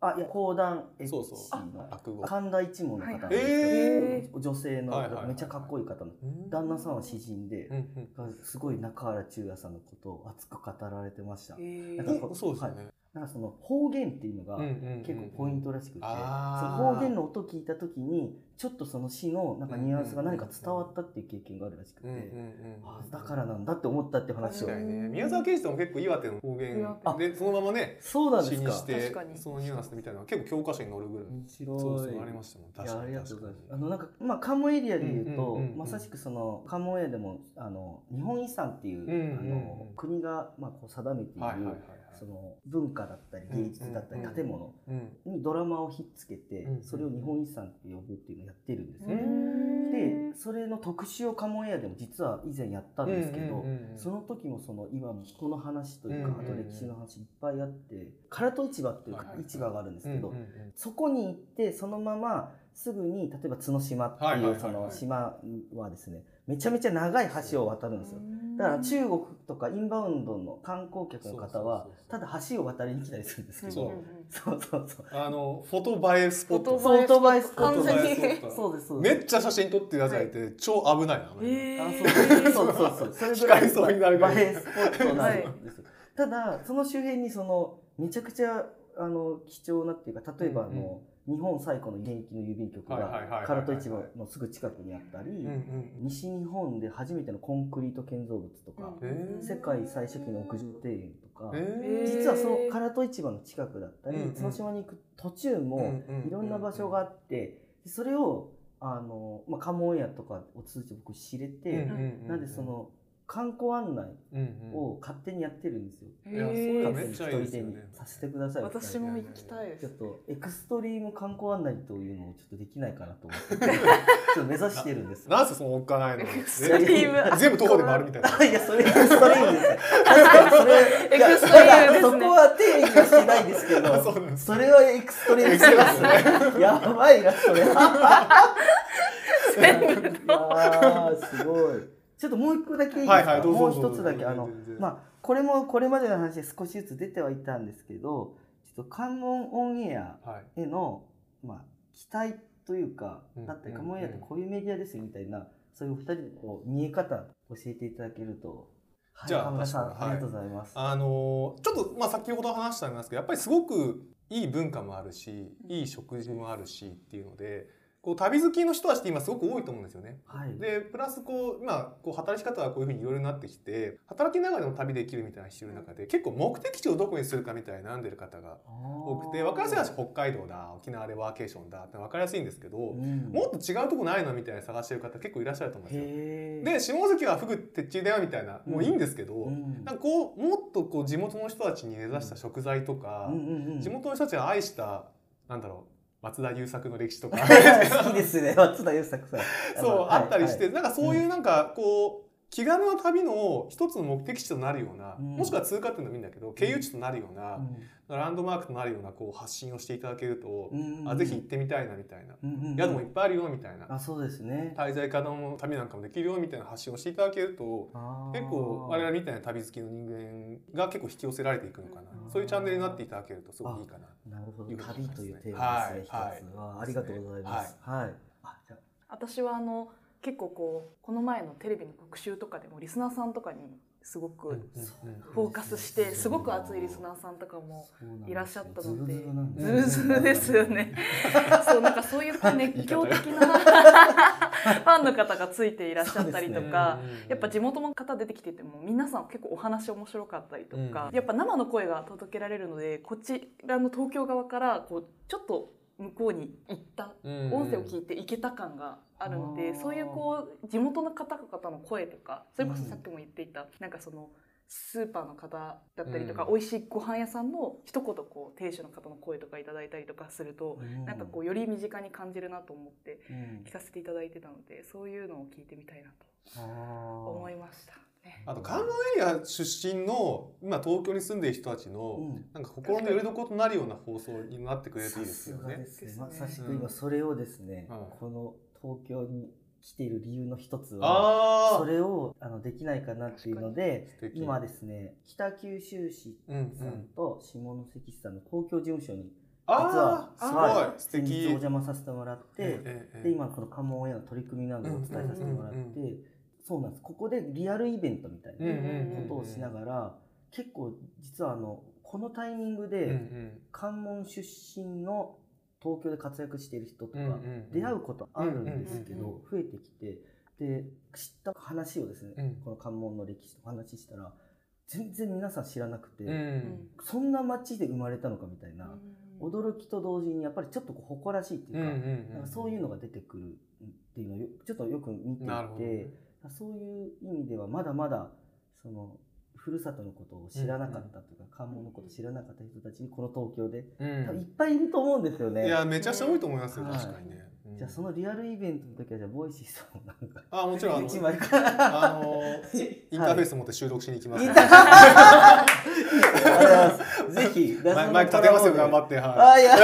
A: あいや講談絵師
B: そうそう
A: の
B: 落語。
A: 神田一門の方なんです
B: へ
A: けど女性
B: はいはいはい
A: の
B: はい
A: めっちゃかっこいい方の旦那さんは詩人で
B: う、んうん
A: すごい中原中也さんのことを熱く語られてました、
C: え
A: なんか
B: おそうですよね。
A: なんかその方言っていうのが
B: うんうんうんうん
A: 結構ポイントらしくて、そ
B: あー
A: の方言の音聞いた時にちょっとその詩のなんかニュアンスが何か伝わったっていう経験があるらしくて、
B: うんうん
A: あ
B: うん
A: ーだからなんだって思ったって話
B: 確
A: を
B: かにね。宮沢賢治とも結構岩手の方言
C: 岩
B: でそのままね、
A: そうなんで
B: 詩
A: す
B: に
A: か
B: し
C: 確
B: て
C: かに
B: そのニュアンスみたいなのが結構教科書に載るぐらい。
A: 面白い
B: そうそうありましたもん。
A: い
B: 確
A: や
B: か
A: あ
B: に
A: りがとう
B: 確
A: ご
B: か
A: ざいま
B: に
A: す。あのなんかまあ関門エリアでいうと、
B: うんうんうんうん
A: まさしくその関門エリアでもあの日本遺産っていう、
B: んうんうん
A: あの国がまあこう定めている、
B: はいはいはいはい。
A: その文化だったり芸術だったり
B: うんうんうん
A: 建物
B: うん
A: にドラマをひっつけて、
B: うんうん
A: それを日本遺産って呼ぶっていうのをやってるんです
B: う
A: ね。
C: ん
A: でそれの特集を関門エリアでも実は以前やったんですけど、
B: うんうんうん
A: その時もその今もこの話というか、
B: うんうんうん
A: あと歴史の話いっぱいあって唐戸市場っていう
B: はいはいはい
A: 市場があるんですけど、
B: うんうんうん
A: そこに行ってそのまますぐに例えば角島って
B: はいはい
A: いう
B: はいはい
A: その島はですねめちゃめちゃ長い橋を渡るんですよだから中国とかインバウンドの観光客の方は
B: そうそうそうそう
A: ただ橋を渡りに来たりするんですけ
B: そ
A: ど
B: う
A: そうそうそう
B: あのフォト映えスポット。
C: フォ
A: 相当バイスポッ
C: 完
A: ト
B: フォト映
C: 全
B: え
C: に
B: スポット
A: そうですそう
B: め
A: で
B: っちゃ写真撮ってるやつがいて、超危ないな。あの辺
C: え
A: すあ
C: ー
A: そうそうそうそうそれぐらい
B: 光りそうになるぐらい
A: 映えスポットなんですよ
C: は
A: ただその周辺にそのめちゃくちゃあの貴重なっていうか例えばあ
B: うんうん
A: の日本最古の現役の郵便局
B: はいはいはいはいは
A: が
B: い
A: 唐戸市場のすぐ近くにあったり、
B: うんうん
A: 西日本で初めてのコンクリート建造物とか、
B: えー
A: 世界最初期の屋上庭園とか、
B: え
A: 実はその唐戸市場の近くだったり、
B: うんうん
A: 角島に行く途中
B: ー
A: も
B: うんうんうん
A: いろんな場所があって、でそれをあの、まあ、カモン屋とかを通じて僕知れて、
B: うんうんうんうん
A: なんでその観光案内
B: うんうん
A: を勝手にやってるんですよ。
B: いや
C: へ
B: そう
C: え
B: や
A: 各
B: めっちゃい
A: 人
B: いで
A: 一
B: す
A: 人
B: よ
A: に
B: ね。
A: させてくださいみたいな
C: 私も行きたいで
A: ちょっ
C: す。
A: とエクストリーム観光案内というのをちょっとできないかなと思 って、ちょっと目指してるんです。
B: なんせそのおっか ないの。
C: エクス
A: ト
C: ト
A: リ
C: リ
A: ー
B: 全
C: ー
B: 部
C: ム。
B: 全部徒歩で回るみたいな。
A: いや、 それエクストリームですよ。確かにそれ、
C: エクストリームですね
A: そこは定義はしてないんですけ
B: あ そう
A: ど、
B: なんです。
A: それはエクストリームですよ。やばいな、それ。いやー、すごい。ちょっともう一個だけいいですか、
B: はいはいどうぞ
A: もう
B: どうぞ
A: 一つだけ、あの
B: 全然全、然
A: まあ、これも、これまでの話で少しずつ出てはいたんですけど、ちょっと関門オンエア
B: はい。
A: への、まあ、期待というか、
B: うん
A: だったり、
B: うん
A: カモンエアってこういうメディアですよみたいな、そういうお二人のこう見え方教えていただけると。はい、
B: じゃあ
A: 河村さん、
B: 確か
A: あり
B: に
A: がとうございます。
B: あのーちょっとまあ先ほど話したんですけど、やっぱりすごくいい文化もあるし、いい食事もあるしっていうので、こう旅好きの人たちって今すごく多いと思うんですよね。
A: はい。
B: でプラスこう今こう働き方がこういうふうにいろいろなってきて働きながらでも旅できるみたいな人いる中で結構目的地をどこにするかみたいに悩んでる方が多くて分かりやすい話北海道だ沖縄でワーケーションだって分かりやすいんですけど
A: う
B: も
A: ん
B: っと違うとこないのみたいな探してる方結構いらっしゃると思うんですよ。
A: へー
B: で下関はフグ鉄柱だよみたいなもういいんですけど、
A: うん
B: なんかこうもっとこう地元の人たちに根ざした食材とか、
A: うんうんうん
B: 地元の人たちが愛したなんだろう松田優作の歴史と か
A: 好きですね、松田優作さん。
B: そう、
A: はい
B: あったりして、
A: はい
B: なんかそういうなんかこう気軽な旅の一つの目的地となるような、
A: うん
B: もしくは通過っていうのもいいんだけど経由地となるよう
A: う
B: な、
A: ん
B: ランドマークとなるようなこう発信をしていただけると、
A: うんうんうん
B: あぜひ行ってみたいなみたいな、
A: うんうんうん
B: 宿もいっぱいあるよみたいな、
A: あ、そうですね。
B: 滞在家の旅なんかもできるよみたいな発信をしていただけると
A: あー
B: 結構我々みたいな旅好きの人間が結構引き寄せられていくのかな、
A: うん
B: そういうチャンネルになっていただけるとすごくいいかな。
A: なるほど、
B: いうこと
A: 旅というテーマですね、一つ
B: はい
A: は
B: はい
A: ありがとうございます。はい。あ、じゃ
C: 私はあの結構こうこの前のテレビの特集とかでもリスナーさんとかにすご
B: うん
C: く
B: うんうん
C: フォーカスし
A: うん
C: てすごく熱いリスナーさんとかもいらっしゃったのでズ
B: ズル
C: ル
B: ズ
C: ズ
B: ル
C: ル
B: で
C: ですす
B: よ
C: よ
B: ね
C: ねそうなんかそういうこう熱狂的な ファンの方がついていらっしゃったりとか、
B: うんうんうん
C: やっぱ地元の方出てきてても皆さん結構お話面白かったりとか、
B: うん
C: やっぱ生の声が届けられるのでこちらの東京側からこうちょっと向こうに行った音声を聞いて行けた感があるので、
A: あー
C: そういうこう地元の方々の声とかそれこそさっきも言っていた、なんかそのスーパーの方だったりとか、
B: うん
C: 美味しいご飯屋さんの一言こう亭主の方の声とかいただいたりとかすると、なんかこうより身近に感じるなと思って
A: うん、うん
C: 聞かせていただいてたのでそういうのを聞いてみたいな
A: あ
C: と
A: ー
C: 思いましたね。
B: あと関門エリア出身の今東京に住んでいる人たち
A: う
B: の
A: ん
B: なんか心のよりどころとなるような放送になってくれると
A: さ
B: いいです
A: す
B: よ
A: がで
B: ね。
A: すね。まさしく今それをですね、
B: うん
A: この東京に来ている理由の一つは、
B: あ
A: それをあのできないかなっていうので、
B: あ、素敵
A: 今ですね、北九州市
B: うんう
A: さん
B: ん。
A: と下関市さんの公共事務所に
B: あ
A: 実
B: あ
A: は、
B: すご
A: 先
B: い
A: 日
B: 素
A: お
B: 敵。
A: 邪魔させてもらって、
B: ええ
A: で、今この関門オンエアの取り組みなどをお伝えさせてもらって、
B: うんうんう
A: そうなんですここでリアルイベントみたい
B: うん
A: な
B: うんうん
A: ことをしながら、結構実はあのこのタイミング
B: うんう
A: で
B: ん
A: 関門出身の東京で活躍している人とか
B: うんうん
A: 出会うことあるんですけ
C: うんうん
A: ど増えてきてで知った話をですね、
B: うん
A: この関門の歴史とお話ししたら全然皆さん知らなくて、
B: うん
A: そんな街で生まれたのかみたいな、
C: うん
A: 驚きと同時にやっぱりちょっとこう誇らしいっていう
B: う
A: か。
B: ん
A: なん
B: う
A: か
B: ん。
A: そういうのが出てくるっていうのをよちょっとよく見てい
B: なるほどね
A: て、そういう意味ではまだまだそのふるさとのことを知らなかったというか、関門のことを知らなかった人たちにこの東京で、
B: う
A: 多分いっ
B: ん。
A: ぱいいると思うんですよね。
B: いやめちゃくちゃ多いと思いますよ
A: はい
B: 確かにね。うん
A: じゃあそのリアルイベントの時はじゃあボイシーさんもなんか
B: あもちろん あの
A: 一枚から
B: あのインターフェー
A: ス。
B: ス持って収録しに行きま
A: はいイ
B: す
A: ン
B: の
A: タ
B: で。
A: ーフェースぜひ
B: マイマイク立てますよ頑張
A: って。
B: っては
A: あいや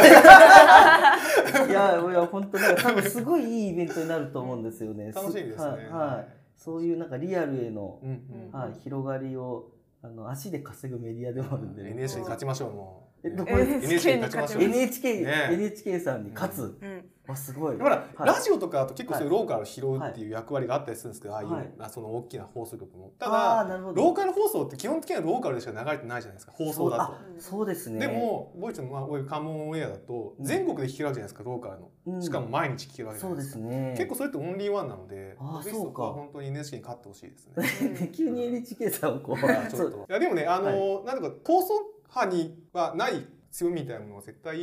A: いやいや本当なんか多分すごいいいイベントになると思うんですよね。
B: い。楽しみですね。
A: はいはい。そういうなんかリアルへの
B: う、んうん。
A: はい、広がりをあの足で稼ぐメディアでもあるんで、ね、
B: NHK に勝ちましょうもう。
A: えどこ
C: えー
B: NHK に勝ちましょう。
A: NHK,、
B: ね
A: NHK さんに勝つ、
C: うん
A: わすごい
B: ほら、
A: はい
B: ラジオとかだと結構そういうローカルを拾うっていう役割があったりするんですけど、ああ
A: はいいう
B: あその大きな放送局も。た
A: あー
B: だ
A: なるほど
B: ローカル放送って基本的にはローカルでしか流れてないじゃないですか放
A: そ
B: 送だ
A: う
B: と。
A: あそうですね
B: でもボイチのまあこういう関門オンエアだと
A: うん
B: 全国で聴けるわけじゃないですかローカル
A: うん
B: の。しかも毎日聴けるわけじゃ
A: そ
B: な
A: うで
B: いです
A: す
B: か。
A: ね
B: 結構それってオンリーワンなので、
A: あー
B: ぜひそこは
A: そうか
B: 本当に NHK に勝ってほしいですね。
A: 急に NHK さ んをこう
B: まあち
A: そ
B: ょっ
A: う
B: といやでもねあの、なんとか放送派にはない強みみたいなものは絶対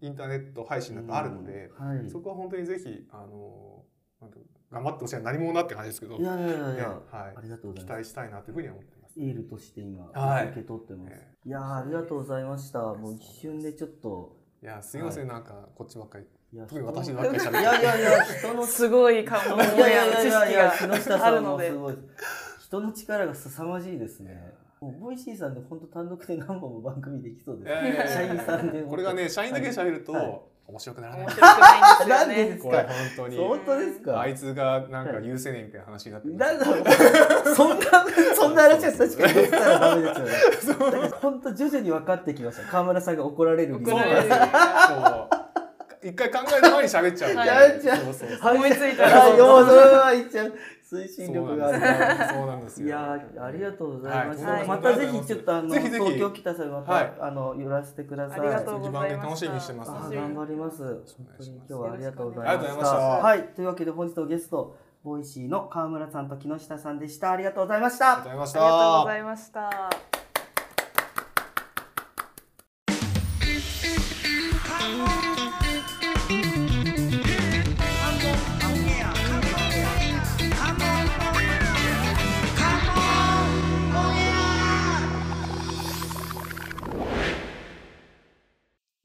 B: インターネット配信だとあるので、
A: はい
B: そこは本当にぜひあのなんていうの頑張ってほしい何者だって感じですけど、
A: いやいやいやい
B: ね
A: や、
B: は
A: ありがとう
B: い、
A: ご
B: 期
A: ざいま
B: 待
A: す。
B: したいなというふうには思っています。
A: エールとして今、
B: はい
A: 受け取ってます。
B: え
A: いやーありがとうございました。もう一瞬でちょっと、
B: いやすいません、なんかこっちばっかり
A: いや、
B: 特に
A: 人の
B: 私ばっかりしゃべ
A: い
B: って
A: やいやいや、人の
C: すごい顔の
A: いやいやい
C: 知
A: やいや、木
C: 識
A: 下
C: があ
A: さ
C: る
A: ん
C: の
A: も。
C: です
A: ごい。人の力が凄まじいですね。もうボイシーさんで本当単独で何本も番組できそうで
B: い
A: す。
B: やいやいや
A: 社員さんでも
B: これがね社員だけで喋ると、
A: はいはい
B: 面白くならない
C: 面白くないんです
A: な
C: よ
A: んでで
C: ね
A: す。
B: これ
A: か。
B: 本
A: 本当です
B: 当に
A: か。
B: あいつがなんか優先年みたいな話になってま
A: な
B: す
A: んだろうそんなそんな話は確かにできたらダメですよね。だから本当徐々に分かってきました。川村さんが怒られる理由
C: 怒られる。
B: そう一回考える前に喋っちゃう
A: 喋っちゃう
B: そうそうそう
A: は
C: 思いついた
A: あ
C: ら
A: ようそれはいっちゃう推進
B: そう
A: 力
B: な
A: があ
B: んで
A: る
B: す
A: な。
B: よそうなんです
A: い
B: よ
A: やーありがとうございました、
C: はい
A: またぜひちょっとあの
B: ぜひぜひ
A: 東京来た際また、
B: はい
A: あの寄らせてください
C: ありがとうござい
B: 一番ね楽
C: ま
B: しみにし
C: してた。
B: ます
A: あ
B: あ
A: ー頑張ります本当に今日はありがとうございました
B: ありがとうございました
A: はいというわけで本日のゲストボイシーの川村さんと木下さんでしたありがとうございまし
B: あ
A: た
B: りがとうございまし
C: ありがとう
B: た
C: ございました。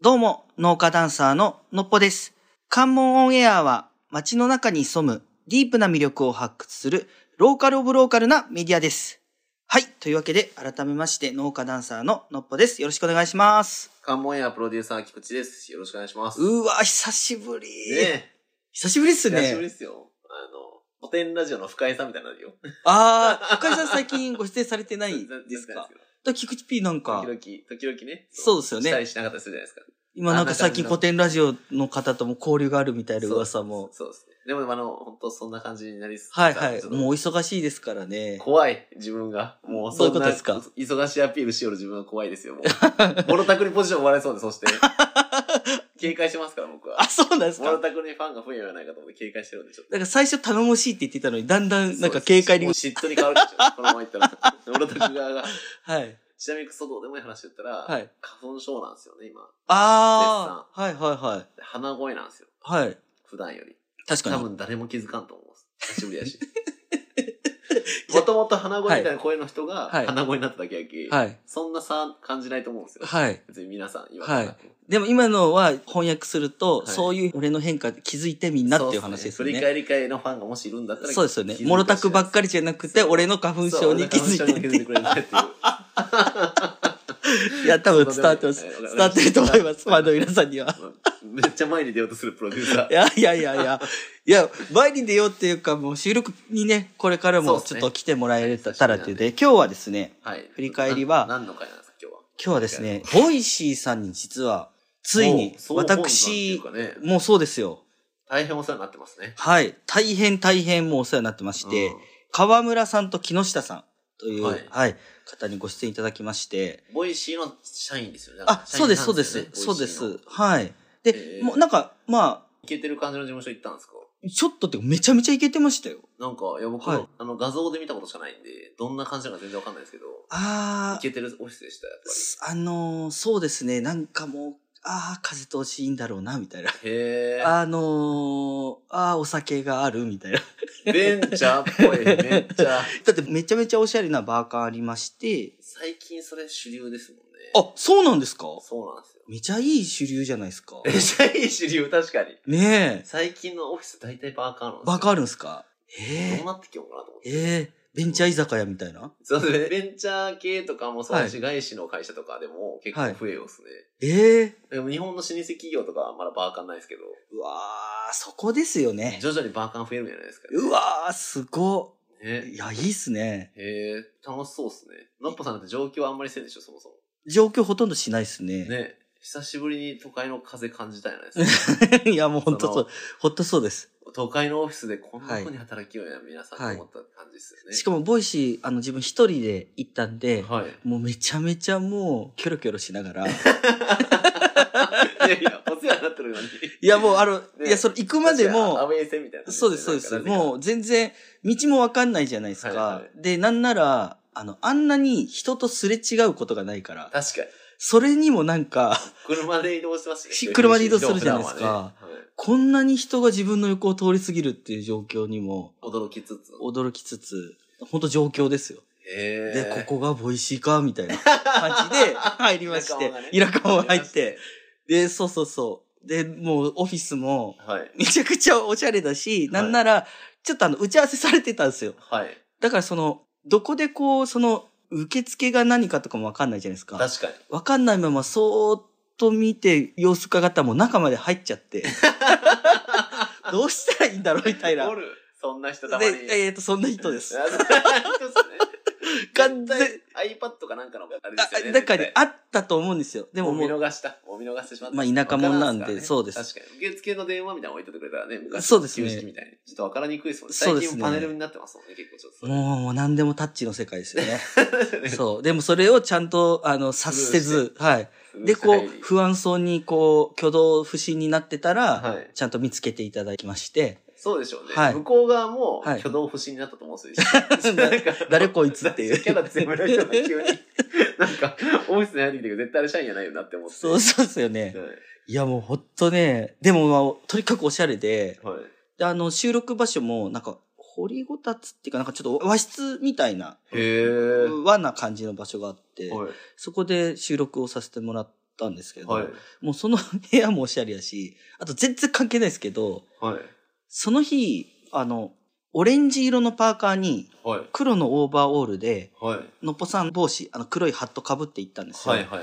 A: どうも、農家ダンサーののっぽです。関門オンエアは街の中に潜むディープな魅力を発掘するローカルオブローカルなメディアです。はい。というわけで、改めまして農家ダンサーののっぽです。よろしくお願いします。
D: 関門やプロデューサー菊池です。よろしくお願いします。
A: うーわ、久しぶり。
D: ね
A: 久しぶりっす
D: え。久し
A: ね。
D: ぶりですよ。あの、古典ラジオの深井さんみたいになるよ。
A: あー、深井さん最近ご出演されて ないん
D: 全然
A: ですか
D: 全然です
A: だ菊池 P なん
D: けど
A: か、
D: 時々、時々ね。
A: そうですよ
D: したり
A: ね。
D: しなかったりするじゃないですか。
A: 今なんか最近
D: あんな感じの
A: 古典ラジオの方とも交流があるみたいな噂も。
D: そうそうですね。でも、あの、本当そんな感じになりつつ
A: はいはい
D: ち。ょっと
A: もうお忙しいですからね。
D: 怖い、自分が。
A: ど
D: もう
A: うい
D: そ
A: うんこ
D: な、
A: とですか
D: 忙しいアピールしよる自分が怖いですよ、も う。モロタクにポジション追われそうで、そして。警戒してますから、僕は
A: あ、。そうなんです
D: モロ
A: か
D: タクにファンが増えるんじゃないかと思って警戒してるんで、ちょっと。
A: なんか最初頼もしいって言ってたのに、だんだんなんか警戒に
D: もう。嫉妬に変わるでしょ。このままいっ たら。モロタク側が。
A: はい。
D: ちなみにクソどうでもいい話で言ったら、
A: はい
D: 花粉症なんですよね、今。
A: ああ。はいはいはい。
D: で鼻声なんですよ。
A: はい。
D: 普段より。
A: 確か
D: 多
A: に。
D: 分誰も気づかんと思う。久しぶり やし。もともと鼻声みたいな声の人が
A: はい
D: 鼻声になっただけやき、
A: はい。
D: そんな差感じないと思うんですよ。
A: はい。
D: 別に皆さん今から
A: はでも今のは翻訳すると、
D: はい
A: そういう俺の変化気づいてみんなっていう話ですよ
D: そっ
A: ね。
D: 振り返り会のファンがもしいるんだったら。
A: そうですよね。モロタクばっかりじゃなくて、俺の花粉
D: そう
A: 症に気づいて
D: 俺
A: って
D: が花粉症に気づいてくれるんだって いう。
A: いや、多分伝わってます。
D: そうでも
A: 伝わってると思います。ファンの皆さんには。
D: めっちゃ前に出ようとするプロデューサー
A: い。やいやいやいや。いや、前に出ようっていうか、もう収録にね、これから
D: そう
A: も
D: っす
A: ちょ
D: ね
A: っと来てもらえたらっていうで、今日はですね、
D: はい。
A: 振り返りは
D: な何の回なんですか、今日は。
A: 今日はですね、ボイシーさんに実は、ついに
D: もう、総本山ってい
A: 私
D: う、かね
A: もうそうですよ。
D: 大変お世話になってますね。
A: はい。大変大変もうお世話になってまして、
D: うん
A: 川村さんと木下さんという、は
D: はいい、
A: 方にご出演いただきまして、
D: ボイシーの社員ですよね。
A: あ、そうです、
D: 社
A: そう
D: 員
A: で
D: なん
A: す
D: よね、
A: そうで。
D: ボイシ
A: す
D: ーの。
A: はい。で、
D: えー
A: もうなんか、ま
D: いけてる感じの事務所行ったんですか
A: あ、ちょっとってかめちゃめちゃいけてましたよ。
D: なんか、いや、僕、
A: はい
D: あの、画像で見たことしかないんで、どんな感じなのか全然わかんないですけど、い
A: あー
D: けてるオフィスでした、やっ
A: あのーそうですね、なんかもう、ああ、風通しいいんだろうな、みたいな。
D: ぱり。へー。
A: あのー、ああ、お酒がある、みたいな。
D: ベンチャーっぽい、めっ ちゃ。
A: だってめちゃめちゃおしゃれなバーカーありまして、
D: 最近それ主流ですもんね。
A: あ、そうなんですか
D: そうなんですよ。
A: めちゃいい主流じゃないですか。
D: めっちゃいい主流、確かに。
A: ねえ。
D: 最近のオフィス大体バーカーなんですよ
A: バカあるんすか
D: ど
A: え
D: うなってきようかなと思っ
A: え
D: て。
A: ええベンチャー居酒屋みたいな
D: そうですね。ベンチャー系とかもそうだし、外資の会社とかでも結構増えますね。
A: ええ
D: でも日本の老舗企業とかはまだバーカンないですけど、
A: うわー、そこですよね。
D: 徐々にバーカン増えるんじゃないですか、
A: うわー、すごっ。
D: ね
A: い。や、いいっすね。
D: へえ、楽しそうっすね。のっぽさんだって上京あんまりせんでしょ、そもそも。
A: 状況ほとんどしないっすね。
D: ね。久しぶりに都会の風感じたじゃないです か。
A: いや、もうほんとそ。
D: そう
A: ほっとそうです。
D: 都会のオフィスでこんな風に働きようや、皆さんと思った感じですよね。
A: しかも、ボイシー、あの、自分一人で行ったんで、
D: はい。
A: もうめちゃめちゃもう、キョロキョロしながら。い
D: いやいや、お世話になってるように。
A: や、もう、あの、
D: ね
A: いや、それ行くまでも、
D: アウェイ戦みたいな感じ
A: そうです、そうです。も
D: う、
A: う全然、道もわかんないじゃないですか。
D: はいは
A: で、なんなら、あの、あんなに人とすれ違うことがないから、
D: 確かに。
A: それにもなんか、
D: 車で移動してますね
A: し車で移動するじゃないですか
D: 普段はねはい
A: こんなに人が自分の横を通り過ぎるっていう状況にも
D: 驚きつつ。
A: 驚きつつ、本当状況ですよ。
D: へ
A: で、
D: ー
A: ここがボイシーか、みたいな感じ で入りまして、イラカも入って、。で、そうそうそう。で、もうオフィスも
D: はい。
A: めちゃくちゃおしゃれだし、なんなら、ちょっとあの、打ち合わせされてたんですよ。
D: はい。
A: だからその、どこでこう、その、受付が何かとかもわかんないじゃないですか。
D: 確かに。
A: わかんないまま、そーっと見て、様子伺ったらもう中まで入っちゃって。 どうしたらいいんだろうみたいな。
D: おる。そんな人たまに。
A: で、えっ、と、そんな人です。
D: あそんな人っすね
A: 完全
D: 絶対 iPad かなんかのあれですよね。
A: あだからね、
D: 絶対
A: あったと思うんですよ。でも
D: も
A: も
D: う見
A: う、
D: 逃した。もう見逃してしまった。
A: まあ田舎者なんで
D: わからすから
A: そうです
D: 確かに。受付の電話みたいなの置いててくれたらね、昔。
A: そうですね
D: 旧式みたいに。ちょっとわからにくいですもんね。
A: そう
D: 最
A: ですね
D: 近パネルになってますもんね、結構ちょっとそれ。
A: もうもう何でもタッチの世界ですよ ね。そう。でもそれをちゃんと、あの、察せず、はい。で、こう、不安そうに、こう、挙動不審になってたら、
D: はい
A: ちゃんと見つけていただきまして、
D: そうでしょうね。
A: はい
D: 向こう側も
A: はい
D: 挙動不審になったと思うんで すよ。なんか
A: 誰こいつって いう
D: キャラ強めの人が急に、 なんか、オフィスに入ってきて絶対あれ社員やないよなって思って。
A: そうそうですよね。
D: はい
A: いや、もうほんとね、でも、まあ、とにかくおしゃれで、
D: はい。
A: で、あの、収録場所も、なんか、掘りごたつっていうか、なんかちょっと和室みたいな、
D: へー。
A: 和な感じの場所があって、
D: はい。
A: そこで収録をさせてもらったんですけど、
D: はい。
A: もうその部屋もおしゃれやし、あと全然関係ないですけど、
D: はい。
A: その日、あの、オレンジ色のパーカーに
D: はい。
A: 黒のオーバーオールで、
D: はい。
A: のっぽさん帽子、あの黒いハット被って行ったんですよ。
D: はい。はい。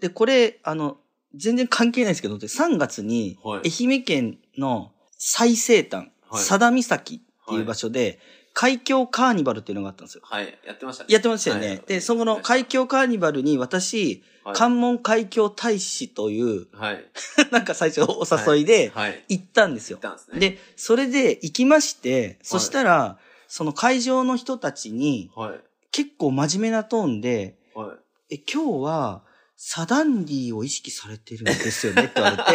A: で、これ、あの、全然関係ないですけど、で3月に
D: はい、
A: 愛媛県の最西端、
D: はい
A: 佐田岬っていう場所で、海峡カーニバルっていうのがあったんですよ。
D: はい。やってましたね。
A: やってましたよね。
D: はい
A: で、そこの海峡カーニバルに私、
D: はい
A: 関門海峡大使という、
D: はい。
A: なんか最初お誘いで
D: はい。
A: 行ったんです
D: 行
A: よ
D: っ。たんですね。
A: で、それで行きまして、そしたら、その会場の人たちに、
D: はい。
A: 結構真面目なトーンで、
D: はい。
A: え、今日は、サダンディを意識されてるんですよねって言わ れて、
D: は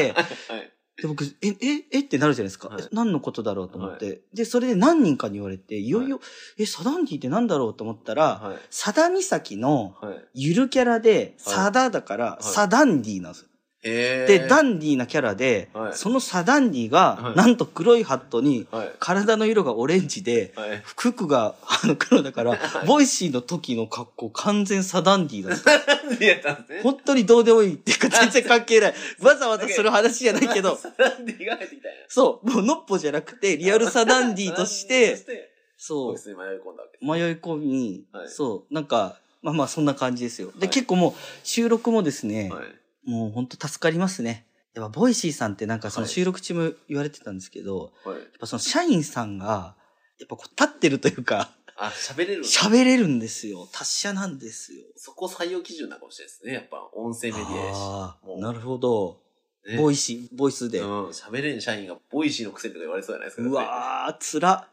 D: い。
A: で、僕、え、え、えってなるじゃないですか。
D: はい
A: え何のことだろうと思って、で、それで何人かに言われて、いよいよ、え、サダンディって何だろうと思ったら、
D: はい。
A: サダ岬の
D: はい。
A: ゆるキャラで、
D: はい
A: サダだから、
D: い
A: サダンディなんですよ。
D: へー
A: で、ダンディーなキャラで、
D: はい
A: そのサダンディが、
D: はい
A: なんと黒いハットに、
D: はい。
A: 体の色がオレンジで、
D: はい。
A: 服があの黒だから、ボイシーの時の格好完全サダンディーだった。
D: なんでやったんですね。
A: 本当にどうでもいいっていうか全然関 係ない。わざわざする話じゃないけ ど、
D: なんで意外てきたんや
A: そう、もうノッポじゃなくて、リアルサダンディーとし
D: そ
A: て、
D: て、オ
A: そ
D: フ
A: う
D: ィ、スに迷い込んだわけです。
A: 迷い込み、
D: はい
A: そう、なんか、まあまあそんな感じですよ。で、
D: はい
A: 結構もう収録もですね、
D: はい。
A: もう本当助かりますね。やっぱボイシーさんってなんかその
D: はい
A: 収録中も言われてたんですけど、や
D: はい。
A: っぱその社員さんが、やっぱこう立ってるというか、
D: あ、喋れるの
A: 喋れるんですよ。達者なんですよ。
D: そこ採用基準なのかもしれないですね。やっぱ音声メディアやし。
A: あ
D: もう
A: あ、なるほど。
D: ね
A: ボイシー、ボイスで。
D: う、
A: うん
D: 喋れん社員がボイシーのくせにとか言われそうじゃないですか。だって
A: わー、つら。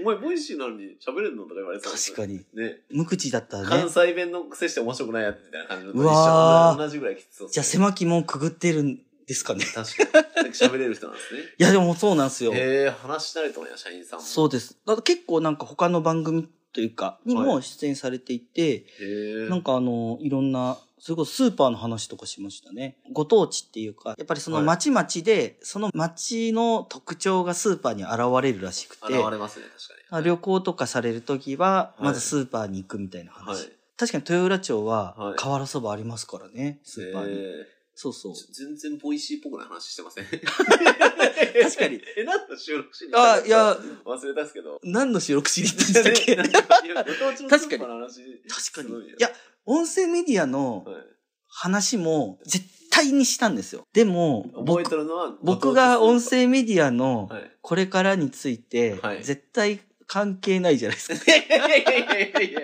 D: お前ボイシーなのに喋れんのとか言われそう
A: 確かに。
D: に。ね。
A: 無口だったら
D: 関
A: ね。
D: 西弁の癖して面白くないやつみたいな感じのと
A: うわー
D: 同じぐらいきつそうっすね。
A: じゃあ狭き門くぐってるんですかね。
D: 確かに。なんか喋れる人なんですね。
A: いや、でも そうなんですよ。
D: へえ、話したりとかや、社員さんも。
A: そうです。だから結構なんか他の番組というか、に
D: は
A: も出演されていて、
D: へえ。
A: なんかあの、いろんな、それこそスーパーの話とかしましたね。ご当地っていうか、やっぱりその
D: はい
A: 町々で、その町の特徴がスーパーに現れるらしくて、
D: 現れますね、確かに。
A: 旅行とかされるときは、
D: はい
A: まずスーパーに行くみたいな
D: はい。
A: 話。確かに豊浦町
D: は、
A: はい瓦そばありますからね、スーパーに。
D: へえ
A: そうそう。
D: ちょ全然ボイシーっぽくない話してません
A: 確
D: 確
A: かに。
D: え、何の収録しに行った
A: あ、
D: ん
A: い
D: ですか
A: や、
D: 忘れたっすけど。
A: 何の収録しに行ったんでしたっけ
D: ね
A: 確
D: いやご当地
A: 確
D: の
A: かに
D: スーパーの話
A: かに。
D: すご
A: い
D: よ
A: や、音声メディアの
D: はい
A: 話も絶対にしたんですよ。でも、
D: 覚え
A: 僕
D: てるのは、
A: 僕が音
D: ご
A: 声メディアの、
D: 当地のスーパーはい。
A: これからについて
D: はい、
A: 絶対関係ないじゃないですか。
D: いやいやいやいやいやいや、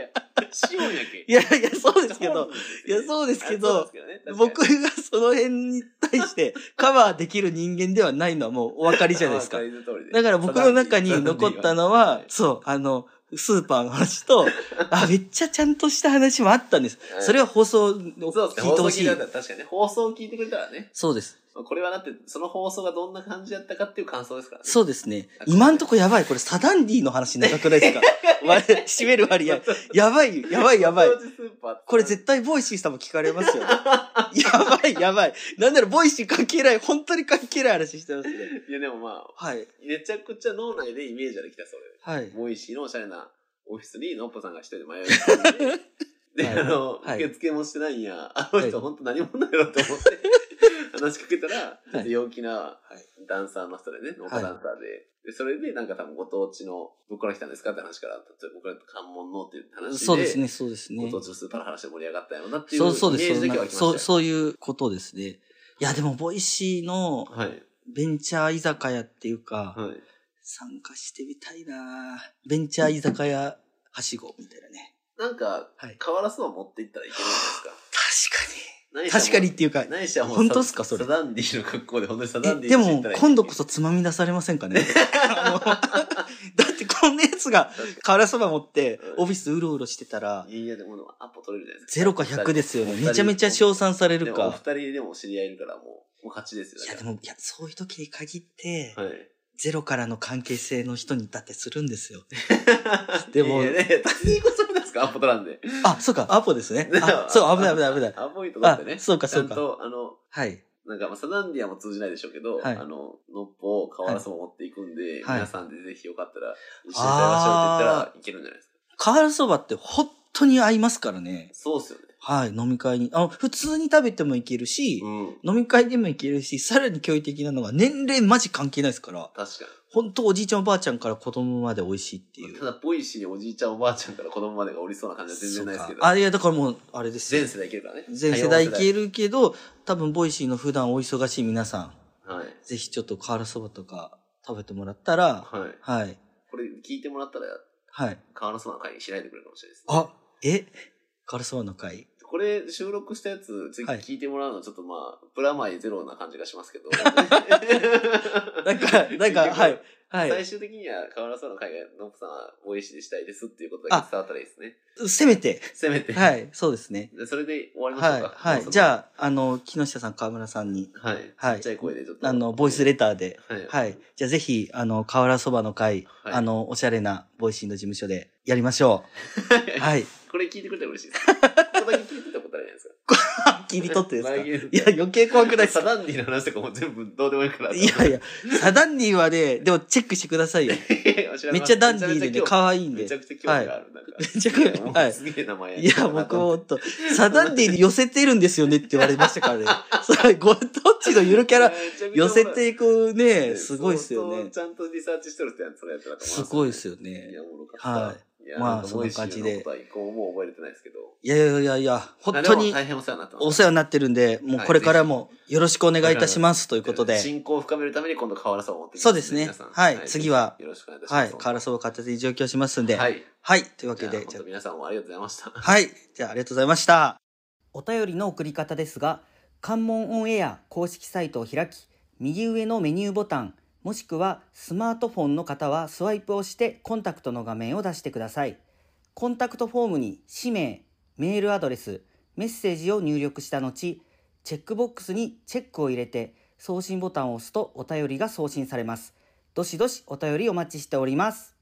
D: シオンやけ。
A: いやいや、そうですけ
D: 本
A: ど、
D: 文で
A: い
D: すね
A: や、そうですけ
D: あそう
A: ど
D: で、ね確かに
A: 僕がその辺に対してカバーできる人間ではないのはもうお分かりじゃないですか
D: あ。ー。わかりの通りで
A: だから僕の中に残ったのは
D: は、い
A: そう、あの、スーパーの話 と、あ、めっちゃちゃんとした話もあったんです。それは放送を
D: そうですね。
A: 聞い
D: 放
A: て
D: 送
A: ほ
D: 聞い
A: してい
D: く。れたら確かにね、放送を聞いてくれたらね、
A: そうです。
D: これはだって、その放送がどんな感じだったかっていう感想ですからね。
A: そうですね。今んとこやばい。これサダンディの話長くない ですか割締める割合。やばい、やばい、やばい。
D: ご当地スーパー
A: これ絶対ボイシーさんも聞かれますよ、ね。 やばい、やばい。なんならボイシー関係ない。本当に関係ない話してますね。
D: いやでもまあ、
A: はい。
D: めちゃくちゃ脳内でイメージができた、それ。
A: はい。
D: ボイシーのおしゃれなオフィスにノッポさんが一人で迷い込んで、で、
A: はい
D: あの、
A: はい
D: 受付もしてないんや、あの人
A: はい
D: 本当何者やろって思って、話しかけたら、ちょっと陽気なダンサーの人でね、ノッポダンサーで、で、それでなんか多分ご当地の、どこから来たんですかって話から、例えば僕らと関門のっていう話で、
A: そうですね、そうですね。
D: ご当地のスーパーの話で盛り上がったよなってい
A: そ
D: うイメ
A: う、そうです。
D: ー
A: そ
D: ジ
A: う
D: だけ
A: な
D: は
A: ん
D: き
A: か
D: ました
A: そ
D: よ
A: う、そういうことですね。いや、でも、ボイシーの
D: はい。
A: ベンチャー居酒屋っていうか、
D: はい。
A: 参加してみたいなベンチャー居酒屋はしごみたいなね。
D: なんか、
A: はい
D: 瓦そば持って行ったらいけるんで すか
A: 確かに。確かにっていうか、
D: ないしはもう
A: 本当っすかそれ
D: サダンディの格好で、本当にサダンデ
A: え
D: ィ
A: で
D: にしてい
A: も
D: ったらいい、
A: 今度こそつまみ出されませんかね あのだってこんなやつが瓦そば持ってオフィスうろうろしてたら、
D: いや、でも、アポ取れるじゃないですか。
A: ゼロか100ですよね。めちゃめちゃ
D: 少
A: 称賛される
D: お
A: か。
D: 二人でも知り合いいるから、もう、もう勝ちですよ。
A: いやでも、いや、そういう時に限って、
D: だからはい。
A: ゼロからの関係性の人にだってするんです よ。でも
D: いやいやいや達人こそですかアポ取らんで。
A: あ、そうか、アポです ね。あ、そう、危ない危ない危ない。
D: アポイントだってね。
A: あそうかそうか
D: ちゃんと、あの、
A: はい。
D: なんか、まあ、サダンディアも通じないでしょうけど、
A: はい
D: あの、ノッポを河原そば持っていくんで、
A: はい
D: 皆さんでぜひよかったら、一緒にやりましょうって言ったらいけるんじゃないですか。
A: 瓦そばって本当に合いますからね。
D: そうっすよね。
A: はい、飲み会に。あの、普通に食べてもいけるし、
D: うん。
A: 飲み会でもいけるし、さらに驚異的なのが年齢マジ関係ないですから、
D: 確か
A: 本当おじいちゃんおばあちゃんから子供まで美味しいってい
D: に。
A: う。
D: ただ、ボイシーにおじいちゃんおばあちゃんから子供までがおりそうな感じは全然ないです
A: そ
D: け
A: う
D: ど。
A: かあ、いや、だからもう、あれですよ
D: 全世代いけるからね。
A: 全世代いけ
D: る。
A: るけど、多分ボイシーの普段お忙しい皆さん、
D: はい。
A: ぜひちょっと瓦そばとか食べてもらったら、
D: はい。
A: はい、
D: これ聞いてもらったら、
A: はい。
D: 河原そばの会にしないでくれるかもしれないです、
A: あ、え瓦そばの 会
D: これ収録したやつ、次
A: はい
D: 聞いてもらうのはちょっとまあ、プラマイゼロな感じがしま すけど。
A: なんか、なんか、はい、は
D: 最
A: い。
D: 終的には河原そばの会が、のっぽさんは応援しでしたいですっていうことだけ伝わったらいいですね。
A: せめて、
D: せめて。
A: はい、そうですね。
D: でそれで終わりましょ
A: は
D: う
A: い、
D: か。
A: は
D: そ
A: い。
D: の
A: じゃあ、あの、木下さん、河村さんに、
D: はい。
A: はい
D: ちっちゃい声でちょっと。
A: あの、ボイスレターで、
D: はい。
A: はい。じゃあぜひ、あの、河原そばの会、
D: はい
A: あの、おしゃれなボイシーの事務所でやりましょう。はい。
D: これ聞いてくれたら嬉し いです。ここだけ聞いてたことあるじゃないですか。
A: 切り取ってですか
D: 前
A: い
D: 切り
A: や
D: 取っ、て
A: 余計怖く ないです
D: サ
A: か
D: ダンディの話とかも全部どうでもいいから。
A: いやいや、サダンディはね、でもチェックしてくださいよ。めっちゃダンディーでね、可愛いんで。
D: めちゃくちゃ興味がある。なんか
A: めちゃくちゃ
D: いや
A: はい
D: すげえ名前
A: いや、僕もほんと、サダンディに寄せてるんですよねって言われました からね。それ、ご当地のゆるキャラ、寄せていくね、すごいですよね
D: ち。ゃんとリサーチしてるってやつ、それやってたと
A: す
D: 思
A: ごいです
D: よ
A: よね
D: い。や、おもろかった。
A: はい
D: いや。
A: まあ
D: なんか
A: そんな感じで
D: ボイシーのことは一個も覚えれてないですけど。
A: いやいやいやいや、本当
D: あでも
A: に
D: 大変お世話になってます。
A: お世話になってるんで、もうこれからもよろしくお願いいたしますとい
D: と
A: うことで。
D: 進行を深めるために今度河原さんを持ってきます
A: そうですね
D: 皆さん
A: はい次は
D: よろしくお願いいたし
A: は
D: ま
A: い
D: す。。
A: 河原そば片手に上京しますんで。は。
D: はいい。
A: というわ
D: じ
A: け
D: ゃあ
A: で、
D: 本
A: じゃ
D: 当皆さんもありがとうございました。
A: あはい。じゃあ、ありがとうございました。
E: お便りの送り方ですが、関門オンエア公式サイトを開き、右上のメニューボタン、もしくはスマートフォンの方はスワイプをしてコンタクトの画面を出してください。コンタクトフォームに氏名、メールアドレス、メッセージを入力した後、チェックボックスにチェックを入れて送信ボタンを押すとお便りが送信されます。どしどしお便りお待ちしております。